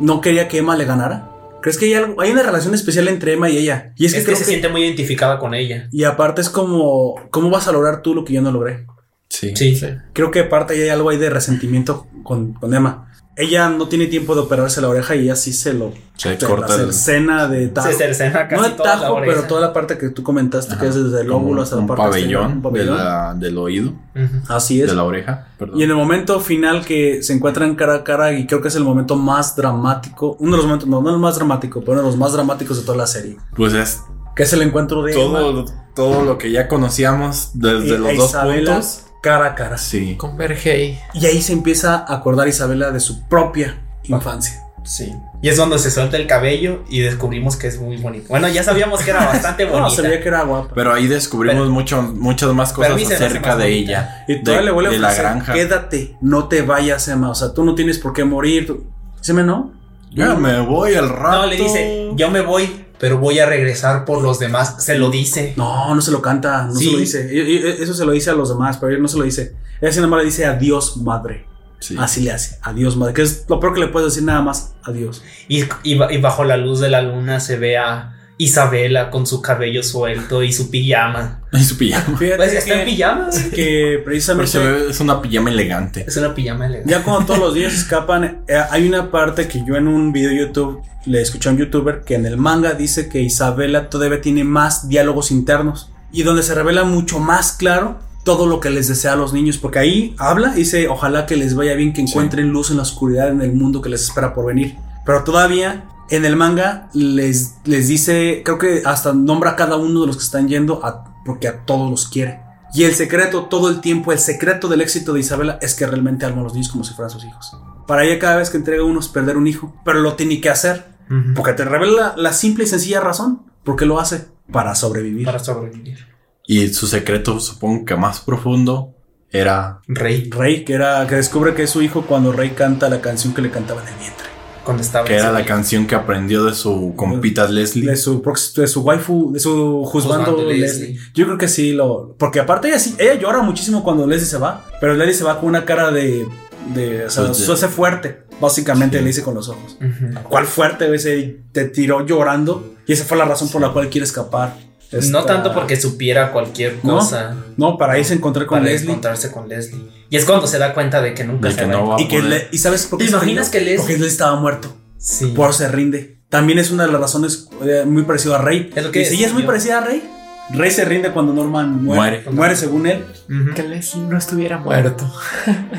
no quería que Emma le ganara. ¿Crees que hay algo? Hay una relación especial entre Emma y ella. Y es Es, que que creo se que- siente muy identificada con ella. Y aparte es como, ¿cómo vas a lograr tú lo que yo no logré? Sí. Sí. Creo que aparte hay algo ahí de resentimiento con, con Emma. Ella no tiene tiempo de operarse la oreja y ella sí se lo... Se se la corta el- cercena de tajo. Se cercena casi No de toda la tajo, oreja. pero toda la parte que tú comentaste, que es desde el Como óvulo hasta un la parte... exterior, pabellón, un pabellón. De la, del oído, Ujú. Así es. de la oreja. Perdón. Y en el momento final que se encuentran cara a cara, y creo que es el momento más dramático, uno de los momentos, no, no el más dramático, pero uno de los más dramáticos de toda la serie, Pues es que es el encuentro de Emma todo, todo lo que ya conocíamos y desde e los dos Isabela puntos. cara a cara. Sí. Converge ahí. Y ahí se empieza a acordar Isabela de su propia infancia. Sí. Y es donde se suelta el cabello y descubrimos que es muy bonito. Bueno, ya sabíamos que era bastante No, bonita. se veía que era guapa. Pero ahí descubrimos Pero- mucho, muchas más pero a cosas mí se me hace acerca más de bonita. ella. y todavía de, le vuelve a de la ofrecer, granja. quédate, no te vayas, Emma. O sea, tú no tienes por qué morir. Tú- Dime, ¿no? Ya me voy al rato. No, le dice, yo me voy, pero voy a regresar por los demás. Se lo dice. No, no se lo canta, no Sí. se lo dice. Y- y- Eso se lo dice a los demás, pero él no se lo dice. Ella sin embargo le dice adiós, madre. Sí. Así le hace, adiós, madre. Que es lo peor que le puedes decir nada más, adiós. Y, y ba- y bajo la luz de la luna se ve a Isabela con su cabello suelto y su pijama. Y su pijama. Fíjate Pues está en que, pijama. güey. que Pero precisamente se ve- es una pijama elegante. Es una pijama elegante. ya cuando todos los días escapan, eh, hay una parte que yo en un video YouTube le escuché a un youtuber que en el manga dice que Isabela todavía tiene más diálogos internos y donde se revela mucho más claro todo lo que les desea a los niños, porque ahí habla y dice, ojalá que les vaya bien, que encuentren luz en la oscuridad, en el mundo que les espera por venir. Pero todavía en el manga les, les dice, creo que hasta nombra a cada uno de los que están yendo, a- porque a todos los quiere. Y el secreto, todo el tiempo, el secreto del éxito de Isabela es que realmente ama a los niños como si fueran sus hijos. Para ella cada vez que entrega uno es perder un hijo, pero lo tiene que hacer, Ujú. porque te revela la simple y sencilla razón, porque lo hace para sobrevivir. Para sobrevivir. Y su secreto, supongo que más profundo, era Rey, Rey, que era que descubre que es su hijo cuando Rey canta la canción que le cantaba en el vientre. cuando estaba que en era su la vida. canción que aprendió de su compita Leslie. De su, prox- de su waifu, de su juzgando Juzgando Leslie. Leslie. Yo creo que sí lo. Porque aparte ella sí, ella llora muchísimo cuando Leslie se va. Pero Leslie se va con una cara de. de o sea, Pues de- se hace fuerte. Básicamente Sí. le dice con los ojos. Ujú. ¿Cuál fuerte güey? Se Te tiró llorando. Y esa fue la razón por la cual quiere escapar. Esta- No tanto porque supiera cualquier ¿No? cosa. No, para irse a encontrar con para Leslie. encontrarse con Leslie. Y es cuando se da cuenta de que nunca De se que va a no va a Y, que poder. le- ¿y sabes por qué? ¿Te se rindió? imaginas que Leslie- Porque Leslie estaba muerto. Sí. Por eso se rinde. También es una de las razones eh, muy parecida a Rey. Es lo que Dice, decía ella es muy yo. parecida a Rey. Rey se rinde cuando Norman muere. Muere. Muere, según él. Ujú. Que Leslie no estuviera muerto.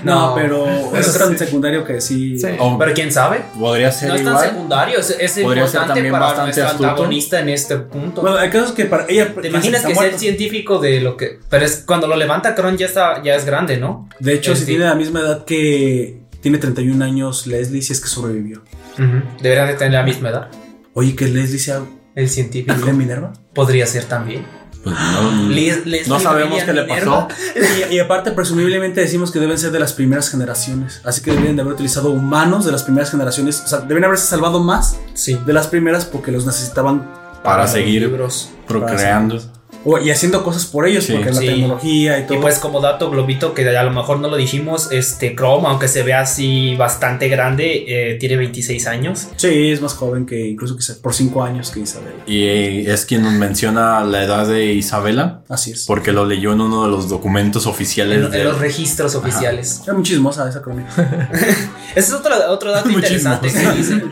No, No, pero, es sí. tan secundario que sí. Sí. O Pero quién sabe. podría ser No es tan igual. secundario. Es, es Podría ser importante también para bastante nuestro astuto. antagonista en este punto. Bueno, el caso es que para ella. ¿Te imaginas que es el científico de lo que. Pero es cuando lo levanta Cron ya está, ya es grande, ¿no? De hecho, en si fin. tiene la misma edad que. Tiene 31 años Leslie, si es que sobrevivió. Debería de tener la misma edad. Oye, que Leslie sea El científico de Minerva. podría ser también. Pues no, Les- Leslie no sabemos William qué le Minerva. pasó. Y, y aparte, presumiblemente decimos que deben ser de las primeras generaciones. Así que deberían de haber utilizado humanos de las primeras generaciones. O sea, deben haberse salvado más Sí. de las primeras porque los necesitaban Para seguir Libros. procreando. o- y haciendo cosas por ellos, Sí. porque Sí. la tecnología y Y todo. pues como dato globito que a lo mejor no lo dijimos, este Chrome, aunque se vea así bastante grande, eh, tiene 26 años. sí, es más joven que incluso que se- por cinco años que Isabel. Y es quien nos menciona la edad de Isabela, Así es. porque lo leyó en uno de los documentos En, oficiales en los de registros oficiales. Era muy chismosa esa crónica. Ese es otro, otro dato Muchísimo. interesante que dice.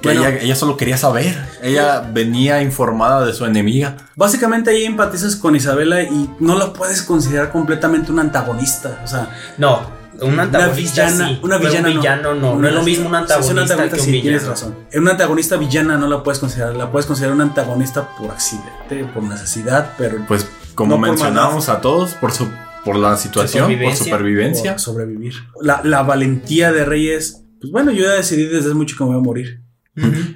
que Bueno. ella, ella solo quería saber. Ella venía informada de su enemiga. Básicamente ahí empatizas con Isabela y no la puedes considerar completamente una antagonista. O sea, No, un antagonista villana- sí, una pero villana un no. villano no. No, Una- es lo mismo un sí, es antagonista, una que un sí, villano. tienes razón. Una antagonista villana no la puedes considerar. La puedes considerar una antagonista por accidente, por necesidad, pero Pues como No por mencionamos a todos por su por la situación, Supervivencia. por supervivencia. por sobrevivir. La, la valentía de Reyes. Pues bueno, yo ya decidí desde hace mucho que me voy a morir.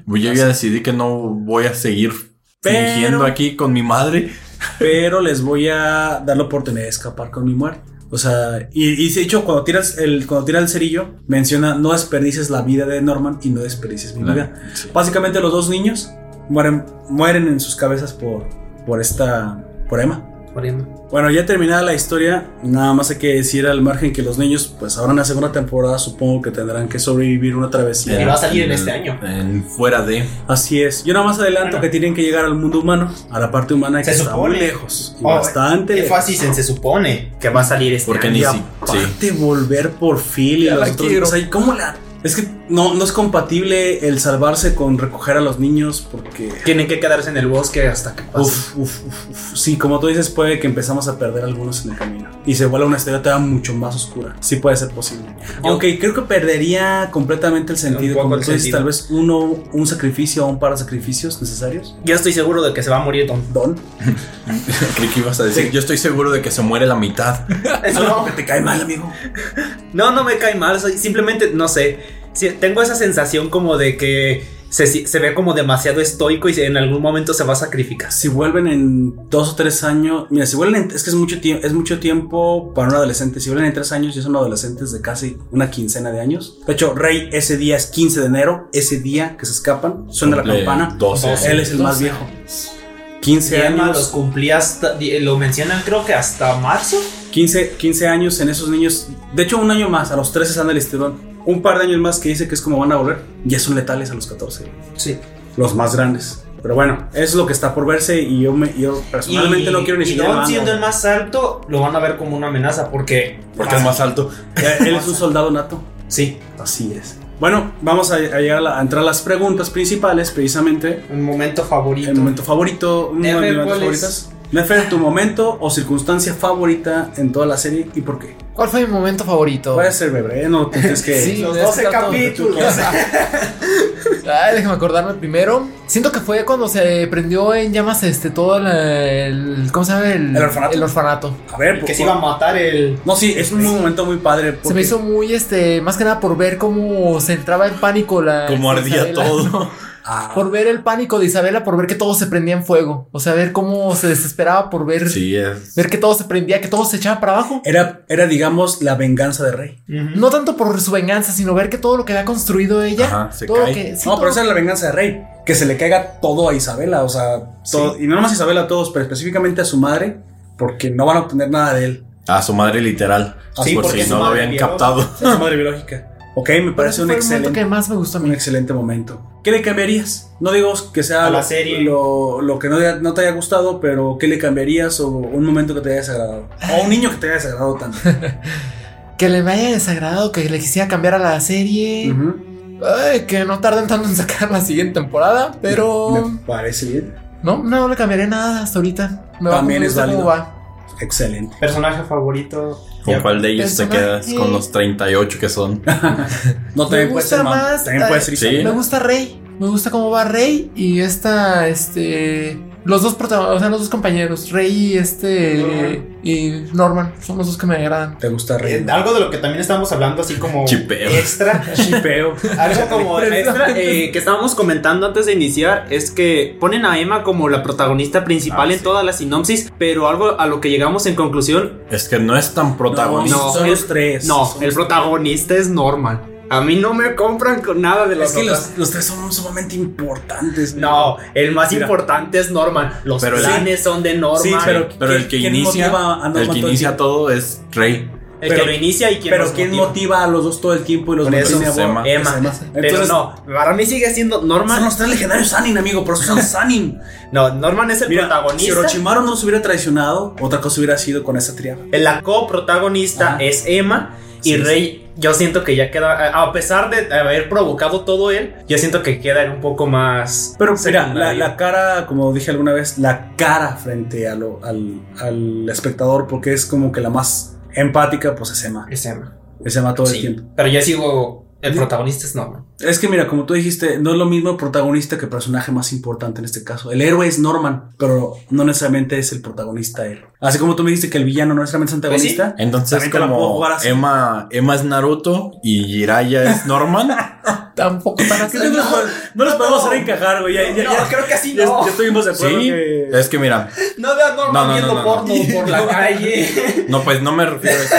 Ujú. Yo ya decidí que no voy a seguir Pero- fingiendo aquí con mi madre. pero les voy a dar la oportunidad de escapar con mi muerte. O sea, y, y de hecho, cuando tiras el, cuando tira el cerillo, menciona no desperdices la vida de Norman y no desperdices mi vida. Sí. Básicamente los dos niños mueren, mueren en sus cabezas por, por esta, por Emma. Mariana. Bueno, ya terminada la historia, nada más hay que decir al margen que los niños, pues ahora en la segunda temporada supongo que tendrán que sobrevivir una travesía. Que va a salir en este año. En fuera de. Así es. Yo nada más adelanto Bueno. que tienen que llegar al mundo humano, a la parte humana que Se está supone. muy lejos. y Oh, bastante lejos. Énfasis en se supone que va a salir este Porque año. ni Y si. Sí. aparte volver por Phil y Ya los la otros, quiero. o sea, ¿cómo la? Es que no, no es compatible el salvarse con recoger a los niños porque Tienen que quedarse en el bosque hasta que pase. Uf, uf, uf, uf. Sí, como tú dices, puede que empezamos a perder algunos en el camino. Y se vuelve una historia todavía mucho más oscura. Sí puede ser posible. Aunque creo que perdería completamente el sentido. poco Como el tú dices, sentido. tal vez uno, un sacrificio o un par de sacrificios necesarios. Yo estoy seguro de que se va a morir Don. Don. Creí que ibas a decir. Yo estoy seguro de que se muere la mitad. No, Que te cae mal, amigo. no, no me cae mal. soy- simplemente, no sé. Sí, tengo esa sensación como de que se, se ve como demasiado estoico y en algún momento se va a sacrificar. Si vuelven en dos o tres años. Mira, si vuelven en- Es que es mucho, tiempo, es mucho tiempo para un adolescente. Si vuelven en tres años, ya son adolescentes de casi una quincena de años. De hecho, Rey, ese día es 15 de enero. Ese día que se escapan, suena la Cumple campana. 12. Él es el más viejo. 15 Se llama, los años. cumplía hasta. di- Lo mencionan, creo que hasta marzo. 15, 15 años en esos niños. De hecho, un año más, a los 13 están del estirón. Un par de años más que dice que es como van a volver. Ya son letales a los 14. Sí. Los más grandes. Pero bueno, eso es lo que está por verse. Y yo, me, yo personalmente Y- no quiero ni y siquiera. Don mando. siendo el más alto, lo van a ver como una amenaza porque. Porque es más alto. Eh, Él es un soldado nato. Sí. Así es. Bueno, vamos a, a llegar a, la- a entrar a las preguntas principales, precisamente. Un momento favorito. El momento favorito, uno de Nefer, mis momentos ¿cuál es? favoritas. Nefer, tu momento o circunstancia favorita en toda la serie y por qué. ¿Cuál fue mi momento favorito? Puede ser bebé, no tienes que. Sí, Los de eso 12 trato. capítulos. Ay, déjame acordarme primero. Siento que fue cuando se prendió en llamas este todo el, el- ¿cómo se llama? El, ¿El orfanato? el orfanato. A ver, que pues, se iba a matar el. No, sí, es un momento muy padre. Se porque- me hizo muy este, más que nada por ver cómo se entraba en pánico la Como ardía Isabela. todo. Ah, Por ver el pánico de Isabela, por ver que todo se prendía en fuego. O sea, ver cómo se desesperaba por ver, Sí, es. ver que todo se prendía, que todo se echaba para abajo. Era, era, digamos, la venganza de Rey. No tanto por su venganza, sino ver que todo lo que había construido ella. Ajá, se todo lo cae. que- sí, no, todo pero lo esa es la venganza de Rey. Que se le caiga todo a Isabela, o sea, todo- y no más a Isabela a todos, pero específicamente a su madre, porque no van a obtener nada de él. A su madre literal. Sí, por porque si su no lo madre habían vio. captado. Es su madre biológica. Ok, me Pero parece ese un fue el momento excelente, que más me gustó a un mí. excelente momento. ¿Qué le cambiarías? No digo que sea A la lo- serie. Lo, lo que no, te- no te haya gustado, pero ¿qué le cambiarías o un momento que te haya desagradado? O un niño que te haya desagradado tanto. Que le me haya desagradado, que le quisiera cambiar a la serie. Ujú. Ay, que no tarden tanto en sacar la siguiente temporada, pero Me parece bien. no, no le cambiaré nada hasta ahorita. Me También a es confundir cómo válido. va. Excelente. Personaje favorito. ¿Con Ya. cuál de ellos te Personaje. quedas? Con los 38 que son. No, también puede gusta ser mam- más, También puede ser sí. Isabela. Me gusta Rey, me gusta cómo va Rey y esta, este, los dos protagonistas, o sea, los dos compañeros, Rey y este y Norman, son los dos que me agradan. ¿Te gusta Eh, reír? algo de lo que también estábamos hablando, así como Chipeo. extra. Chipeo. Algo como extra eh, que estábamos comentando antes de iniciar es que ponen a Emma como la protagonista principal Ah, en sí. todas las sinopsis, pero algo a lo que llegamos en conclusión, Es que no es tan protagonista. No, son el- los tres. no, Son el los- protagonista es Norman. A mí no me compran con nada de los Es que otros. los, los tres son sumamente importantes. No, el más Mira. importante es Norman. Los Pero el- planes son de Norman. Sí, pero, Pero el ¿quién- que quién inicia, motiva a Norman el que todo el inicia tiempo? todo es Rey. el pero- que lo inicia y quien Pero los ¿quién motiva. motiva a los dos todo el tiempo y los Por eso mantiene a se bordo? llama. Emma. Es Pero Entonces, no, para mí sigue siendo Norman. Son los tres legendarios Sanin, amigo, pero son Sanin. No, Norman es el si protagonista. Orochimaru no se hubiera traicionado, otra cosa hubiera sido con esa triada. La coprotagonista Ajá. es Emma. Sí, Y sí. Rey, yo siento que ya queda. A a pesar de haber provocado todo él, yo siento que queda en un poco más. Pero mira, la, secundario. la cara, como dije alguna vez, la cara frente a lo- al, al espectador, porque es como que la más empática, pues es Emma. Es Emma. Es Emma todo el Sí, tiempo. Pero yo sigo. El protagonista es Norman. Es que mira, como tú dijiste, no es lo mismo protagonista que personaje más importante en este caso. El héroe es Norman, pero no necesariamente es el protagonista él. Así como tú me dijiste que el villano no necesariamente es Pues sí. antagonista. Entonces También te la puedo como jugar así. Emma, Emma es Naruto y Jiraiya es Norman. tampoco tan así. ¿Qué te- no, no los podemos hacer encajar, güey. Ya, ya, No, ya- creo que así ya- no. ya estuvimos de acuerdo Sí, que- es que mira, No veas Norman No, no, viendo no, no, porno por la calle. no, pues no me refiero a eso.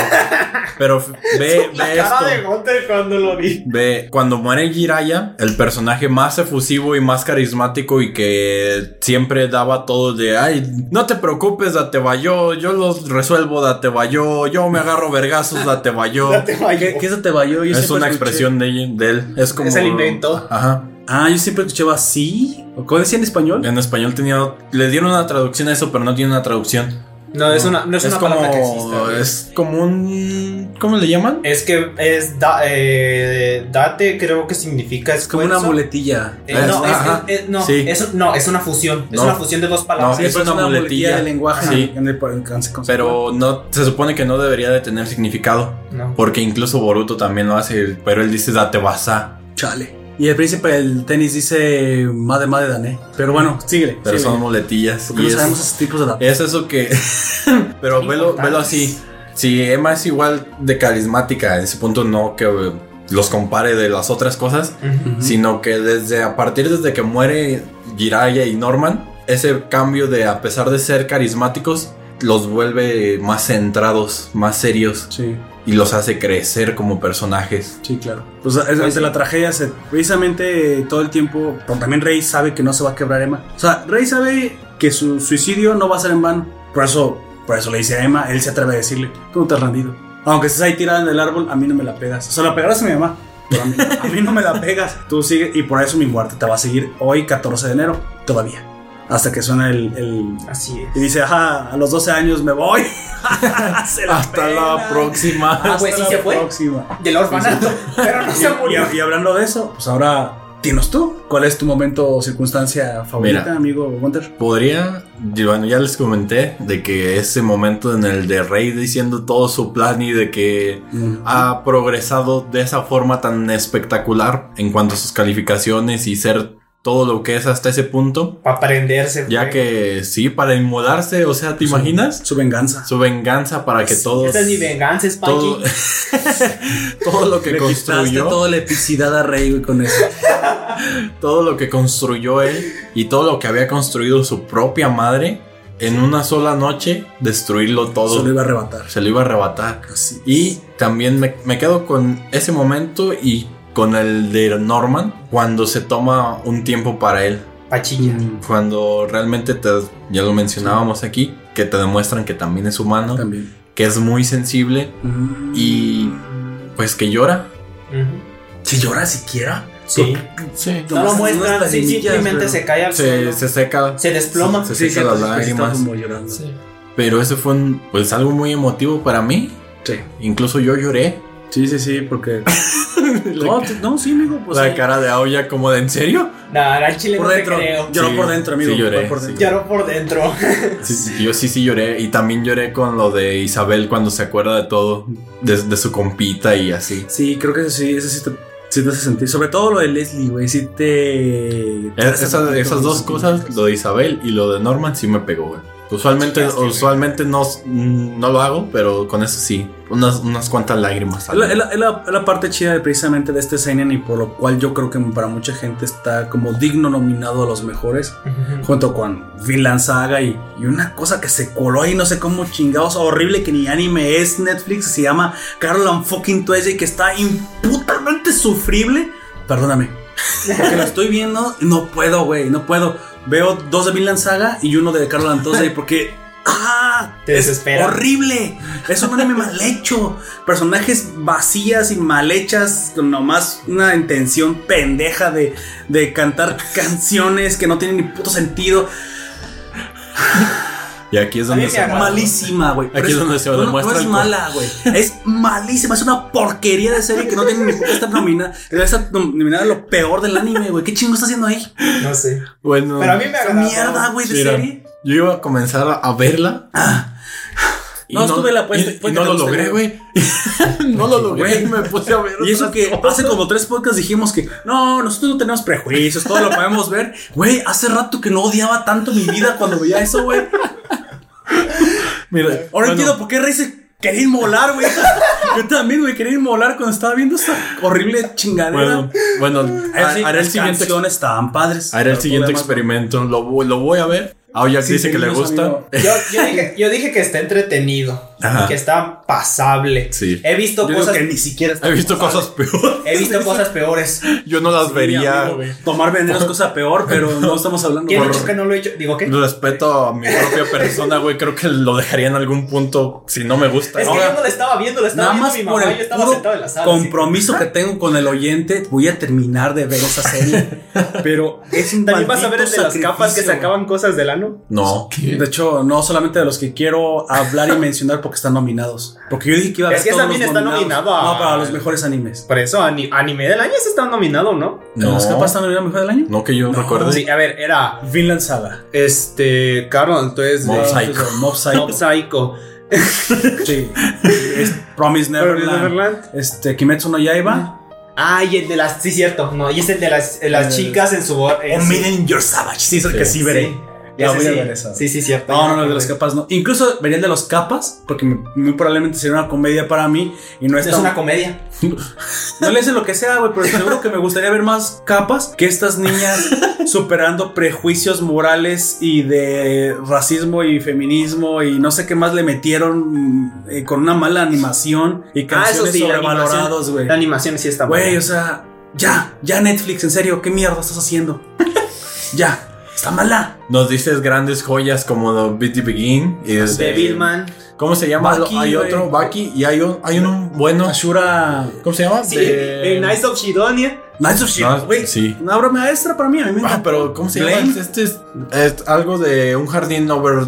Pero f- ve, la ve cara de esto. Gunter cuando lo vi. Ve, cuando muere Jiraya, el personaje más efusivo y más carismático y que siempre daba todo de, ay, no te preocupes, date yo, yo los resuelvo, date yo, yo me agarro vergazos, date yo. Date baño. ¿Qué, qué se te vayó? Yo Es siempre una escuché- expresión de, ella- de él, es como... Es el invento. Ajá. Ah, yo siempre escuchaba así. ¿O ¿Cómo decía en español? En español tenía, le dieron una traducción a eso, pero no tiene una traducción. No, es una, no es, una palabra que exista. güey. Es, es como un, ¿cómo le llaman? que es da- eh, date, creo que significa Es como una esfuerzo. muletilla. Eh, no, es, Ajá. es- es- no, Sí. es, no, es una fusión. Es No. una fusión de dos palabras. No, es pero una muletilla. de lenguaje. Sí. en el- en- en- en- Pero no, se supone que no debería de tener significado. No. Porque incluso Boruto también lo hace, pero él dice date basa. Chale. Y el príncipe del tenis dice madre, madre, dané. Pero bueno, síguele. Pero síguele. son muletillas. ¿Por qué y no es, Eh, sabemos esos tipos de datos? es eso que... pero velo, velo así. Si Emma es igual de carismática, en ese punto no que eh, los compare de las otras cosas, Ujú. sino que desde a partir desde que muere Jiraiya y Norman, ese cambio de a pesar de ser carismáticos los vuelve más centrados, más serios Sí, y los hace crecer como personajes. sí, claro. Pues es- ante la tragedia, se- precisamente eh, todo el tiempo, pero también Rey sabe que no se va a quebrar Emma. O sea, Rey sabe que su suicidio no va a ser en vano. Por eso, por eso le dice "Eh, a Emma, él se atreve a decirle, tú no te has rendido. Aunque estés ahí tirada en el árbol, a mí no me la pegas. O sea, la pegarás a mi mamá. pero A mí, a mí no me la pegas. Tú sigue y por eso mi muerte te va a seguir hoy, 14 de enero, todavía. Hasta que suena el- el, Así es. Y dice, ajá, a los 12 años me voy. Se la Hasta la pela. próxima. Ah, güey, sí Hasta se la fue. próxima. Del orfanato. Pero no se Y, murió. y hablando de eso, pues ahora, dinos tú, ¿cuál es tu momento o circunstancia favorita, Mira. amigo Gunter? Podría, y bueno, ya les comenté de que ese momento en el de Rey diciendo todo su plan y de que mm, ha progresado de esa forma tan espectacular en cuanto a sus calificaciones y ser todo lo que es hasta ese punto. Para prenderse. Ya güey. que sí, para inmolarse, o sea, ¿te imaginas? Su venganza. Su venganza para que todos. Esta es mi venganza, es todo, Panky. todo lo que Le quitaste construyó. Todo. toda la epicidad a Rey güey, con eso. lo que construyó él y todo lo que había construido su propia madre. En una sola noche, destruirlo todo. Se lo iba a arrebatar. Se lo iba a arrebatar. Así. Y también me, me quedo con ese momento y con el de Norman cuando se toma un tiempo para él. Pachilla. Cuando realmente te, ya lo mencionábamos aquí, que te demuestran que también es humano, También. que es muy sensible, Mm. Y- pues que llora. Ujú. Si llora siquiera. Sí. Sí. No lo Nomás unas muestran. sí, lagrimillas, simplemente pero- se cae al Se, suelo. se seca. Se desploma. Se, Sí, seca cierto, las sí, sí, está lágrimas. como llorando. Sí. Pero ese fue un- pues algo muy emotivo para mí. Sí. Incluso yo lloré. Sí, sí, sí, porque. no, t- no, sí, amigo. Pues, la sí. cara de Aoya como de en serio. Nah, al chile Por no te dentro. creo. Lloró Sí, por dentro, amigo. sí lloré, lloró por sí. dentro. Lloró por dentro. Sí, sí, yo sí, sí lloré. Y también lloré con lo de Isabel cuando se acuerda de todo. De, de su compita y así. Sí, creo que eso sí, eso sí te, sí te hace sentir. Sobre todo lo de Leslie, güey, sí te... te Es- hace esas, sentir E, esas como dos cosas, lo de Isabel y lo de Norman, sí me pegó, güey. Usualmente, Chillaste, güey. usualmente no, mm, no lo hago, pero con eso sí. Unas, unas cuantas lágrimas. Es la, es salieron. la- es la- es la parte chida de, precisamente de este seinen y por lo cual yo creo que para mucha gente está como digno nominado a los mejores. Junto con Vinland Saga y, y una cosa que se coló ahí, no sé cómo chingados, horrible que ni anime es Netflix, se llama Carol and Fucking Twice y que está imputamente sufrible. Perdóname, porque lo estoy viendo, no puedo, güey, no puedo. Veo dos de Vinland Saga y uno de Carol and Tuesday porque. ¡Ah! Te es desespera. ¡Horrible! Es un anime mal hecho. Personajes vacías y mal hechas, con nomás una intención pendeja de, de cantar canciones que no tienen ni puto sentido. Y aquí es A mí donde me se agarró. Malísima, güey. Aquí es donde se no- demuestra No es el- mala, güey. Es malísima. Es una porquería de serie que no tiene ni por qué estar nominada. Debe estar nominada a lo peor del anime, güey. ¿Qué chingo está haciendo ahí? No sé. Bueno, Pero a mí me Esa agradó. mierda, güey, de Mira, serie. Ah. Yo iba a comenzar a- a verla. Y No, estuve la apuesta- y- y fue que no te lo gusté, logré, güey. güey. no lo logré. Güey. Me puse a ver. Y eso otras que cosas. hace como tres podcasts dijimos que no, nosotros no tenemos prejuicios, todo lo podemos ver. Güey, hace rato que no odiaba tanto mi vida cuando veía eso, güey. Mira, Ahora bueno, entiendo por qué Rey se quería inmolar, güey. Yo también, güey, quería inmolar cuando estaba viendo esta horrible chingadera. Bueno, bueno ha- Así, haré el las siguiente, Ah, canciones estaban padres. haré el No, siguiente problemas. experimento. Lo, voy- lo voy a ver. Ah, ya Sí, dice que le seguimos, gusta. amigo. Yo, yo dije, yo dije que está entretenido, Ajá. que está pasable. Sí. He visto Yo digo cosas que ni siquiera He visto cosas peor. He visto cosas peores. Yo no las Sí, vería. amigo, güey. Tomar veneno es cosa peor, pero no estamos hablando ¿Quién ha por... dicho que no lo he hecho? Digo, ¿qué? Respeto a mi propia persona, güey. Creo que lo dejaría en algún punto si no me gusta. Es que Ahora, yo no la estaba viendo, la estaba Nada viendo más mi por mamá. Yo el estaba puro sentado en la sala. así. compromiso que tengo con el oyente, voy a terminar de ver esa serie. Pero es un También vas a ver maldito el de las capas que sacrificio, sacaban cosas del ano. no. güey. De hecho, no solamente de los que quiero hablar y mencionar porque están nominados. Porque yo dije que iba a Es ver que todos también los está nominados. nominado a- No, para los mejores animes. Por eso, ani- anime del año se está nominado, ¿no? No, ¿Las capas están nominadas mejor del año? no que yo recuerde. Sí, a ver, era Vinland Saga. este. Carol, entonces. Mob de- Psycho. Mob Psycho. Mob Psycho. Sí. Es Promise Neverland. Neverland. Este, Kimetsu no Yaiba. Ay, el de las. Sí, cierto. No, y es el de las, eh, las El- chicas en su. en O su- Miden Your Savage. Sí, es el que sí veré. Ya La sé, voy a sí. ver esa. Sí, sí, cierto. No, ya no, no, me de los acordé. capas no. Incluso vería el de los capas, porque muy probablemente sería una comedia para mí y no es, Es tan- una comedia. No le sé lo que sea, güey, pero seguro que me gustaría ver más capas que estas niñas superando prejuicios morales y de racismo y feminismo y no sé qué más le metieron eh, con una mala animación y canciones Ah, la sobrevalorados, animación- güey. La animación sí está Güey, buena. o sea, ya, ya Netflix, en serio, ¿qué mierda estás haciendo? ya, está mala. Nos dices grandes joyas como The Be- The Begin. Y es, De Billman. ¿Cómo se llama? Baki, hay güey. otro, Baki. Y hay, un, hay uno bueno. Ashura ¿Cómo se llama? Sí, De- en Nice of Shidonia. Nights of Shield, No, güey. sí. Una obra maestra para mí, a mí me Ah, encanta. pero ¿cómo se Blame. llama? Este es, es algo de un jardín over.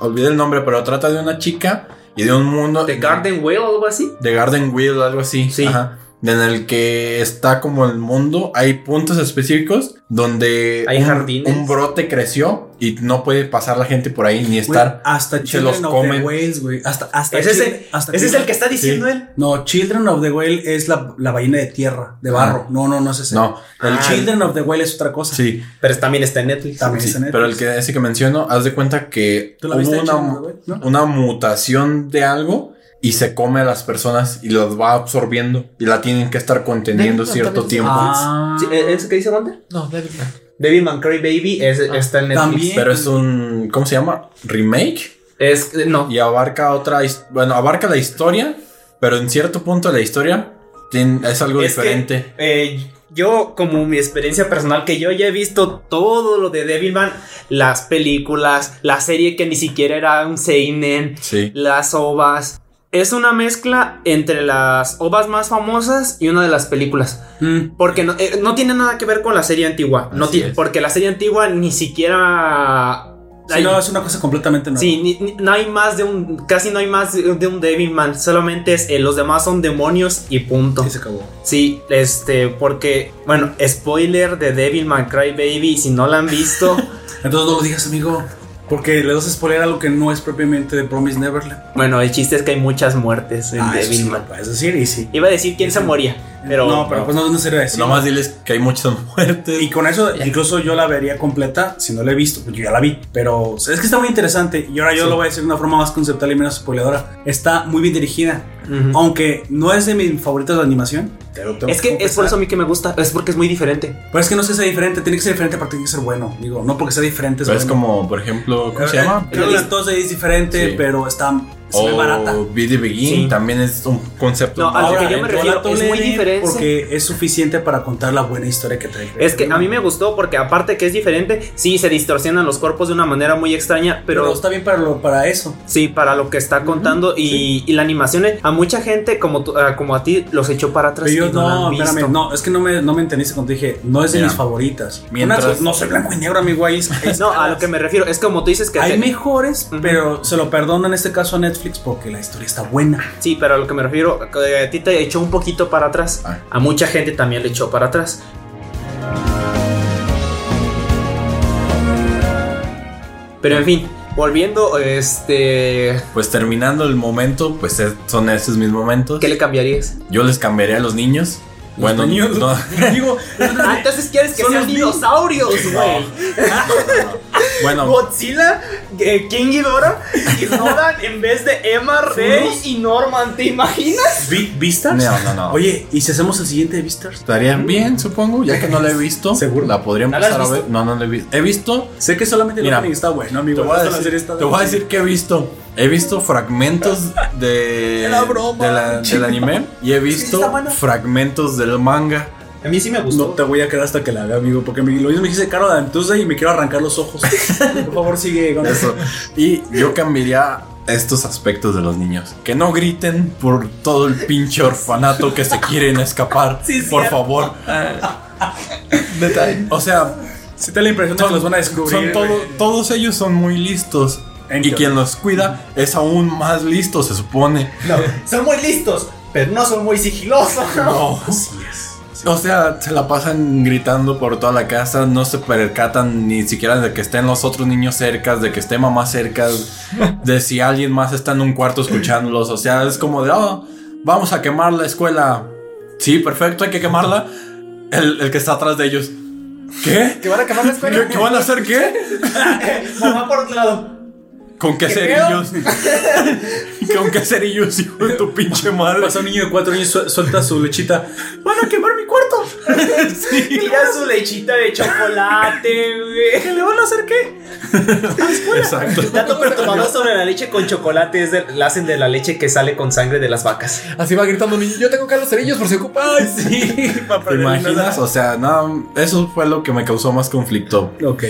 Olvidé el nombre, pero trata de una chica y de un mundo. The Garden Whale o algo así. de Garden Wheel o algo así. Sí. Ajá. En el que está como el mundo, hay puntos específicos donde Hay un, jardines. un brote creció y no puede pasar la gente por ahí ni Güey, estar. hasta se Children los of comen. the Whales, güey. Hasta, hasta Ese es Children- el- hasta Ese es el Children- que está diciendo él. No, Children of the Whale es la, la ballena de tierra, de barro. Ah. No, no, no es ese. No, el El Children of the Whale es otra cosa. Sí, Pero también está en Netflix. También sí, está en Netflix. pero el que ese que menciono, haz de cuenta que "Eh, pues, ¿Tú la viste, hubo Children of the una, Whale? ¿No? una mutación de algo y se come a las personas y las va absorbiendo y la tienen que estar conteniendo De- cierto también- tiempo. Ah, Sí, eh, ¿e- ¿Ese que dice dónde? No, Devilman. Devilman Cry Baby es- Ah, está en Netflix. también. Pero es un, ¿cómo se llama? Remake. Es, no, y abarca otra, his- bueno, abarca la historia, pero en cierto punto de la historia tien- es algo Es que, diferente. eh, yo, como mi experiencia personal, que yo ya he visto todo lo de Devilman, las películas, la serie que ni siquiera era un seinen, Sí. las ovas. Es una mezcla entre las ovas más famosas y una de las películas. Mm. Porque no, eh, no tiene nada que ver con la serie antigua. No Así ti- es. porque la serie antigua ni siquiera... Sí, hay- no, es una cosa completamente nueva. Sí, ni- ni- no hay más de un. Casi no hay más de de un Devilman. Solamente es, eh, los demás son demonios y punto. Y se acabó. Sí, este, porque. Bueno, spoiler de Devilman Crybaby. Si no la han visto, Entonces no lo digas, amigo. Porque le das a spoiler algo que no es propiamente de Promise Neverland. bueno, el chiste es que hay muchas muertes en Ah, eso sí Devilman. lo puedes decir y sí. Iba a decir quién se moría, pero. no, pero pues no, no sería decir. Nomás diles que hay muchas muertes. Y con eso, incluso yo la vería completa si no la he visto, pues yo ya la vi. Pero o sea, es que está muy interesante. Y ahora yo lo voy a decir de una forma más conceptual y menos spoileadora. Está muy bien dirigida. Ujú. Aunque no es de mis favoritas de animación. pero tengo Es que es por eso a mí que me gusta. Es porque es muy diferente. Pero es que no es que sea diferente. Tiene que ser diferente porque tiene que ser bueno. Digo, no porque sea diferente. Pero Es, es bueno. como, por ejemplo, ¿cómo se Eh, llama? Creo que entonces es diferente, Sí. Oh. pero está. Se ve O barata. Be The Begin Sí. también es un concepto. No, a lo nuevo. que yo me entró refiero, la es muy Tolere diferente. Porque es suficiente para contar la buena historia que trae. Es que a mí me gustó porque, aparte que es diferente, sí se distorsionan los cuerpos de una manera muy extraña, Pero, está bien para, lo, para eso. Sí, para lo que está contando y, y la animación eh, a mucha gente como tú- ah, como a ti los echó para atrás. Pero yo y no, la han no, visto. espérame, no, es que no me, no me entendiste cuando dije, no es de Mira, mis favoritas. mientras- Una, no soy blanco y negro, amigo, ahí es- es- No, a lo que me refiero es como tú dices que Hay te- mejores, Ujú. pero se lo perdono en este caso a Netflix porque la historia está buena. sí, pero a lo que me refiero que a ti te echó un poquito para atrás. Ah. A mucha gente también le echó para atrás. Pero en fin, volviendo, este, Pues terminando el momento, pues es- son esos mis momentos. ¿qué le cambiarías? Yo les cambiaría a los niños. bueno, niños. no. Digo, Ah, entonces quieres que Son sean los niños. dinosaurios, güey. Bueno. Godzilla, eh, King Ghidorah y Rodan en vez de Emma, Rey y Norman, ¿te imaginas? Vi- ¿Vistas? No, no, no. Oye, ¿y si hacemos el siguiente de Vistas? Estarían bien, supongo, ya que no la he visto. Seguro. La podría ¿No la has empezar a ver. No, no la he visto. He visto. Sé que solamente el Mira, opening está bueno, Te amigo. voy, a Hasta la serie decir, está te voy a buena. decir que he visto. He visto fragmentos de, Era broma, de la- del chido. anime y he Sí, visto está bueno. fragmentos del manga. A mí sí me No gustó. te voy a quedar hasta que la vea, amigo, porque me, lo mismo me dice Caro de Antusa y me quiero arrancar los ojos. Por favor, sigue. Gonzalo. Eso. Y yo cambiaría estos aspectos de los niños. Que no griten por todo el pinche orfanato que se quieren escapar. por favor. Detalle. O sea, Si te da la impresión de que los van a descubrir. son todo- güey. todos ellos son muy listos. En y teoría. quien los cuida es aún más listo, se supone. No, son muy listos, pero no son muy sigilosos. No. O sea, se la pasan gritando por toda la casa, no se percatan ni siquiera de que estén los otros niños cerca, de que esté mamá cerca, de si alguien más está en un cuarto escuchándolos. O sea, es como de, oh, vamos a quemar la escuela. Sí, perfecto, hay que quemarla. El, el que está atrás de ellos. ¿Qué? ¿Que van a quemar la escuela? ¿Qué, qué van a hacer qué? Mamá por otro lado. ¿Con qué, ¿Qué cerillos? ¿Con qué cerillos, hijo de tu pinche madre? Pasa un niño de cuatro años, su- suelta su lechita. ¡Van a quemar mi cuarto! Mira su lechita de chocolate, güey. ¿Le van a hacer qué? Exacto. Dato perturbador sobre la leche con chocolate es de- la hacen de la leche que sale con sangre de las vacas. Así va gritando un niño. Yo tengo Carlos Cerillos por si ocupa. Ay, sí. ¿Te imaginas? O sea, no, eso fue lo que me causó más conflicto. Ok.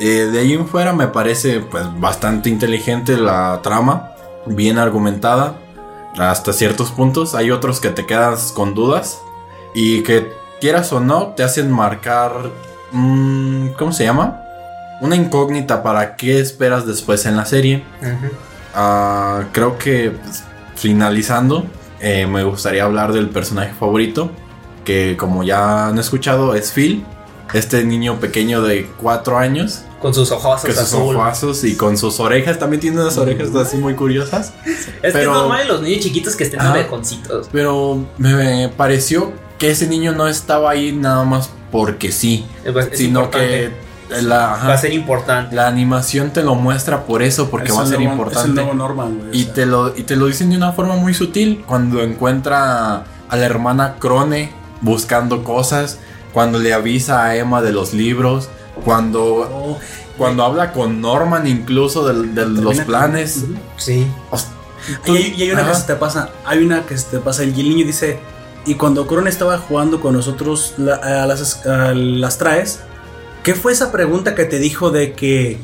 Eh, de ahí en fuera me parece pues bastante inteligente la trama, bien argumentada hasta ciertos puntos. Hay otros que te quedas con dudas y que quieras o no te hacen marcar, mm, ¿cómo se llama? Una incógnita para qué esperas después en la serie. Ah, creo que pues, finalizando, eh, me gustaría hablar del personaje favorito, que como ya han escuchado es Phil, este niño pequeño de 4 años, Con sus ojos que sus azul. ojazos y con sus orejas, también tiene unas orejas así muy curiosas, Es que es Pero- normal en los niños chiquitos que estén Ajá. orejoncitos. pero me pareció que ese niño no estaba ahí nada más porque sí, Es- es sino importante. que la, ajá, va a ser importante. la animación te lo muestra por eso, porque Es va a el ser nuevo- importante. Es el nuevo Norman, güey. o Y sea. te, lo, y te lo dicen de una forma muy sutil. Cuando encuentra a la hermana Crone buscando cosas. Cuando le avisa a Emma de los libros. Cuando, Oh, cuando habla con Norman incluso del- de, los termina- planes. Ujú. Sí. Y hay, y hay una Ajá. que se te pasa. Hay una que se te pasa. Y el niño dice. Y cuando Coron estaba jugando con nosotros la- a las, a las traes, ¿qué fue esa pregunta que te dijo de que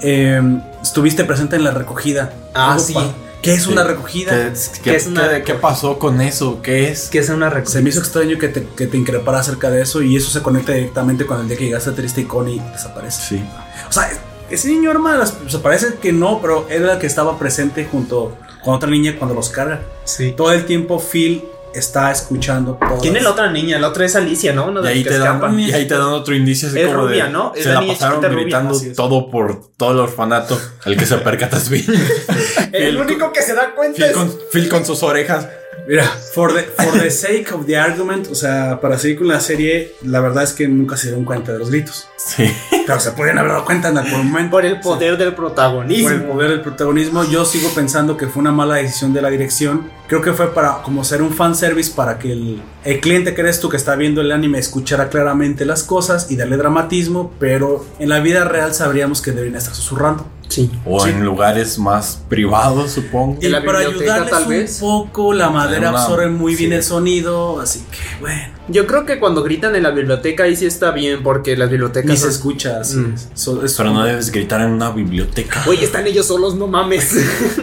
em, estuviste presente en la recogida? Ah, Algo sí. pa- ¿Qué es una Sí. recogida? ¿Qué, qué- que es una- qué- qué pasó con eso? ¿Qué es? Que es una Se recogida. me hizo extraño que te, que te increpara acerca de eso y eso se conecta directamente con el día que llegaste triste y Connie desaparece. Sí. O sea, ese niño arma, las- o sea, parece que no, pero era el que estaba presente junto con otra niña cuando los carga. Sí. Todo el tiempo Phil está escuchando todo. ¿Quién es la otra niña? La otra es Alicia, ¿no? Una Y de ahí, las que te dan, escapan. y ahí te dan otro indicio. así Es como de- rubia, ¿no? Es Se la la niña pasaron chiquita rubia, gritando así es. todo por todo el orfanato. El que se percata es Phil. El único que se da cuenta Phil es. con- Phil con sus orejas. Mira, for the, for the sake of the argument, o sea, para seguir con la serie, la verdad es que nunca se dieron cuenta de los gritos. Sí. Pero se podían haber dado cuenta en algún momento. Por el poder del protagonismo. Por el poder del protagonismo, yo sigo pensando que fue una mala decisión de la dirección. Creo que fue para como ser un fanservice para que el, el cliente que eres tú que está viendo el anime escuchara claramente las cosas y darle dramatismo, pero en la vida real sabríamos que deberían estar susurrando. Sí. O Sí. en lugares más privados, supongo. Y En la para biblioteca, ayudarles tal un vez. poco, la madera En una- absorbe muy bien sí. el sonido, así que bueno, Yo creo que cuando gritan en la biblioteca ahí sí está bien, porque las ni bibliotecas. se son- escucha. así Mm. es. So- es- Pero no debes gritar en una biblioteca Oye, Mm. están ellos solos, no mames.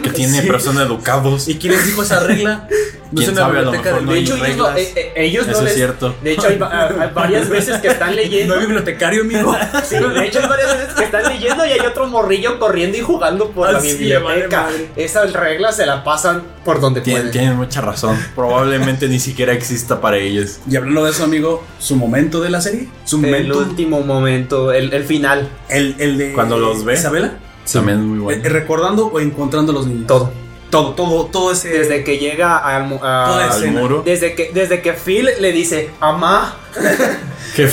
que tiene Sí. personas educados. ¿Y quién les dijo esa regla? No es ¿Quién una sabe? A lo biblioteca mejor del no De hay hecho, ellos, reglas. no- eh, eh, ellos no Eso es les- cierto. De hecho, hay, va- hay varias veces que están No leyendo. hay bibliotecario, amigo. Sí, de hecho, hay varias veces que están leyendo y hay otro morrillo corriendo y jugando por la Así le vale biblioteca. madre. Esas reglas se la pasan por donde Tien- pueden. tienen mucha razón. Probablemente ni siquiera exista para ellos. Y hablando de eso, amigo, su momento de la serie, su El momento, último momento, el, el final, el, el de Cuando los ve. Isabela, También es muy bueno. eh, recordando o encontrando a los niños. todo. todo, todo, todo ese. Desde que llega al mu- a- Toda Al escena. muro. desde que desde que Phil le dice, "Amá,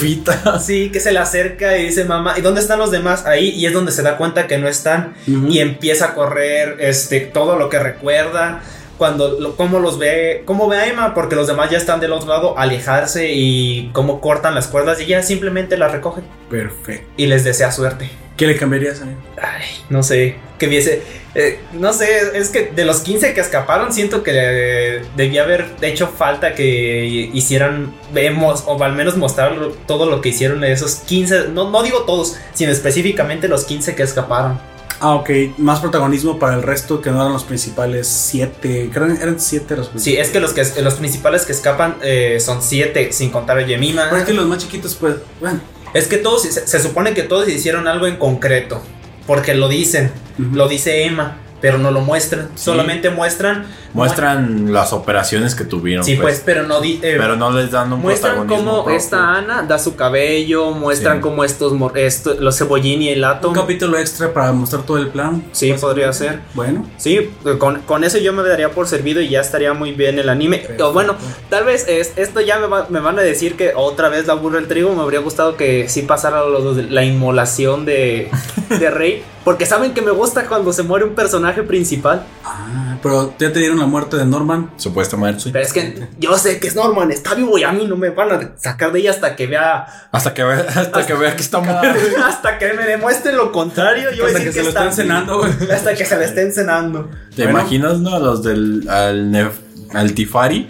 Jefita. Sí, que se le acerca y dice mamá, ¿y dónde están los demás? Ahí, y es donde se da cuenta que no están Ujú. y empieza a correr este, todo lo que recuerda, cuando, lo- cómo los ve, cómo ve a Emma, porque los demás ya están del otro lado, alejarse y cómo cortan las cuerdas y ella simplemente las recoge Perfecto. y les desea suerte. ¿Qué le cambiarías amigo? Ay, no sé, que viese, eh, no sé, es que de los 15 que escaparon siento que eh, debía haber hecho falta que hicieran, vemos, o al menos mostrar lo- todo lo que hicieron de esos 15, no, no digo todos, sino específicamente los 15 que escaparon. Ah, ok. Más protagonismo para el resto que no eran los principales siete. Creo que eran siete los principales. Sí, es que los, que, los principales que escapan eh, son 7, sin contar a Yemima. Pero es que los más chiquitos, pues. Bueno. Es que todos, se, se supone que todos hicieron algo en concreto, porque lo dicen, Ujú. lo dice Emma, pero no lo muestran, solamente muestran... Muestran las operaciones que tuvieron. Sí, pues, pero no... di- eh, Pero no les dan un Muestran protagonismo cómo propio. esta Ana da su cabello, muestran Sí. cómo estos, mor- esto- los cebollín y el Un átomo. capítulo extra para mostrar todo el plan. Sí, podría ser. Bueno. Sí, con, con eso yo me daría por servido y ya estaría muy bien el anime. O bueno, tal vez es- esto ya me, va- me van a decir que otra vez la burra el trigo. Me habría gustado que sí pasara lo de la inmolación de, de Rey. Porque saben que me gusta cuando se muere un personaje principal. Ah, pero ya te dieron la muerte de Norman. Supuestamente. sí. Pero es que yo sé que es Norman, está vivo y a mí no me van a sacar de ella hasta que vea, Hasta que vea, hasta que vea que está muerto. Hasta que me demuestren lo contrario, yo voy a Hasta decir que que, se lo está- están cenando, güey. Hasta que se le estén cenando. ¿Te Bueno. imaginas, no? A los del. Al, Nef- al Tifari.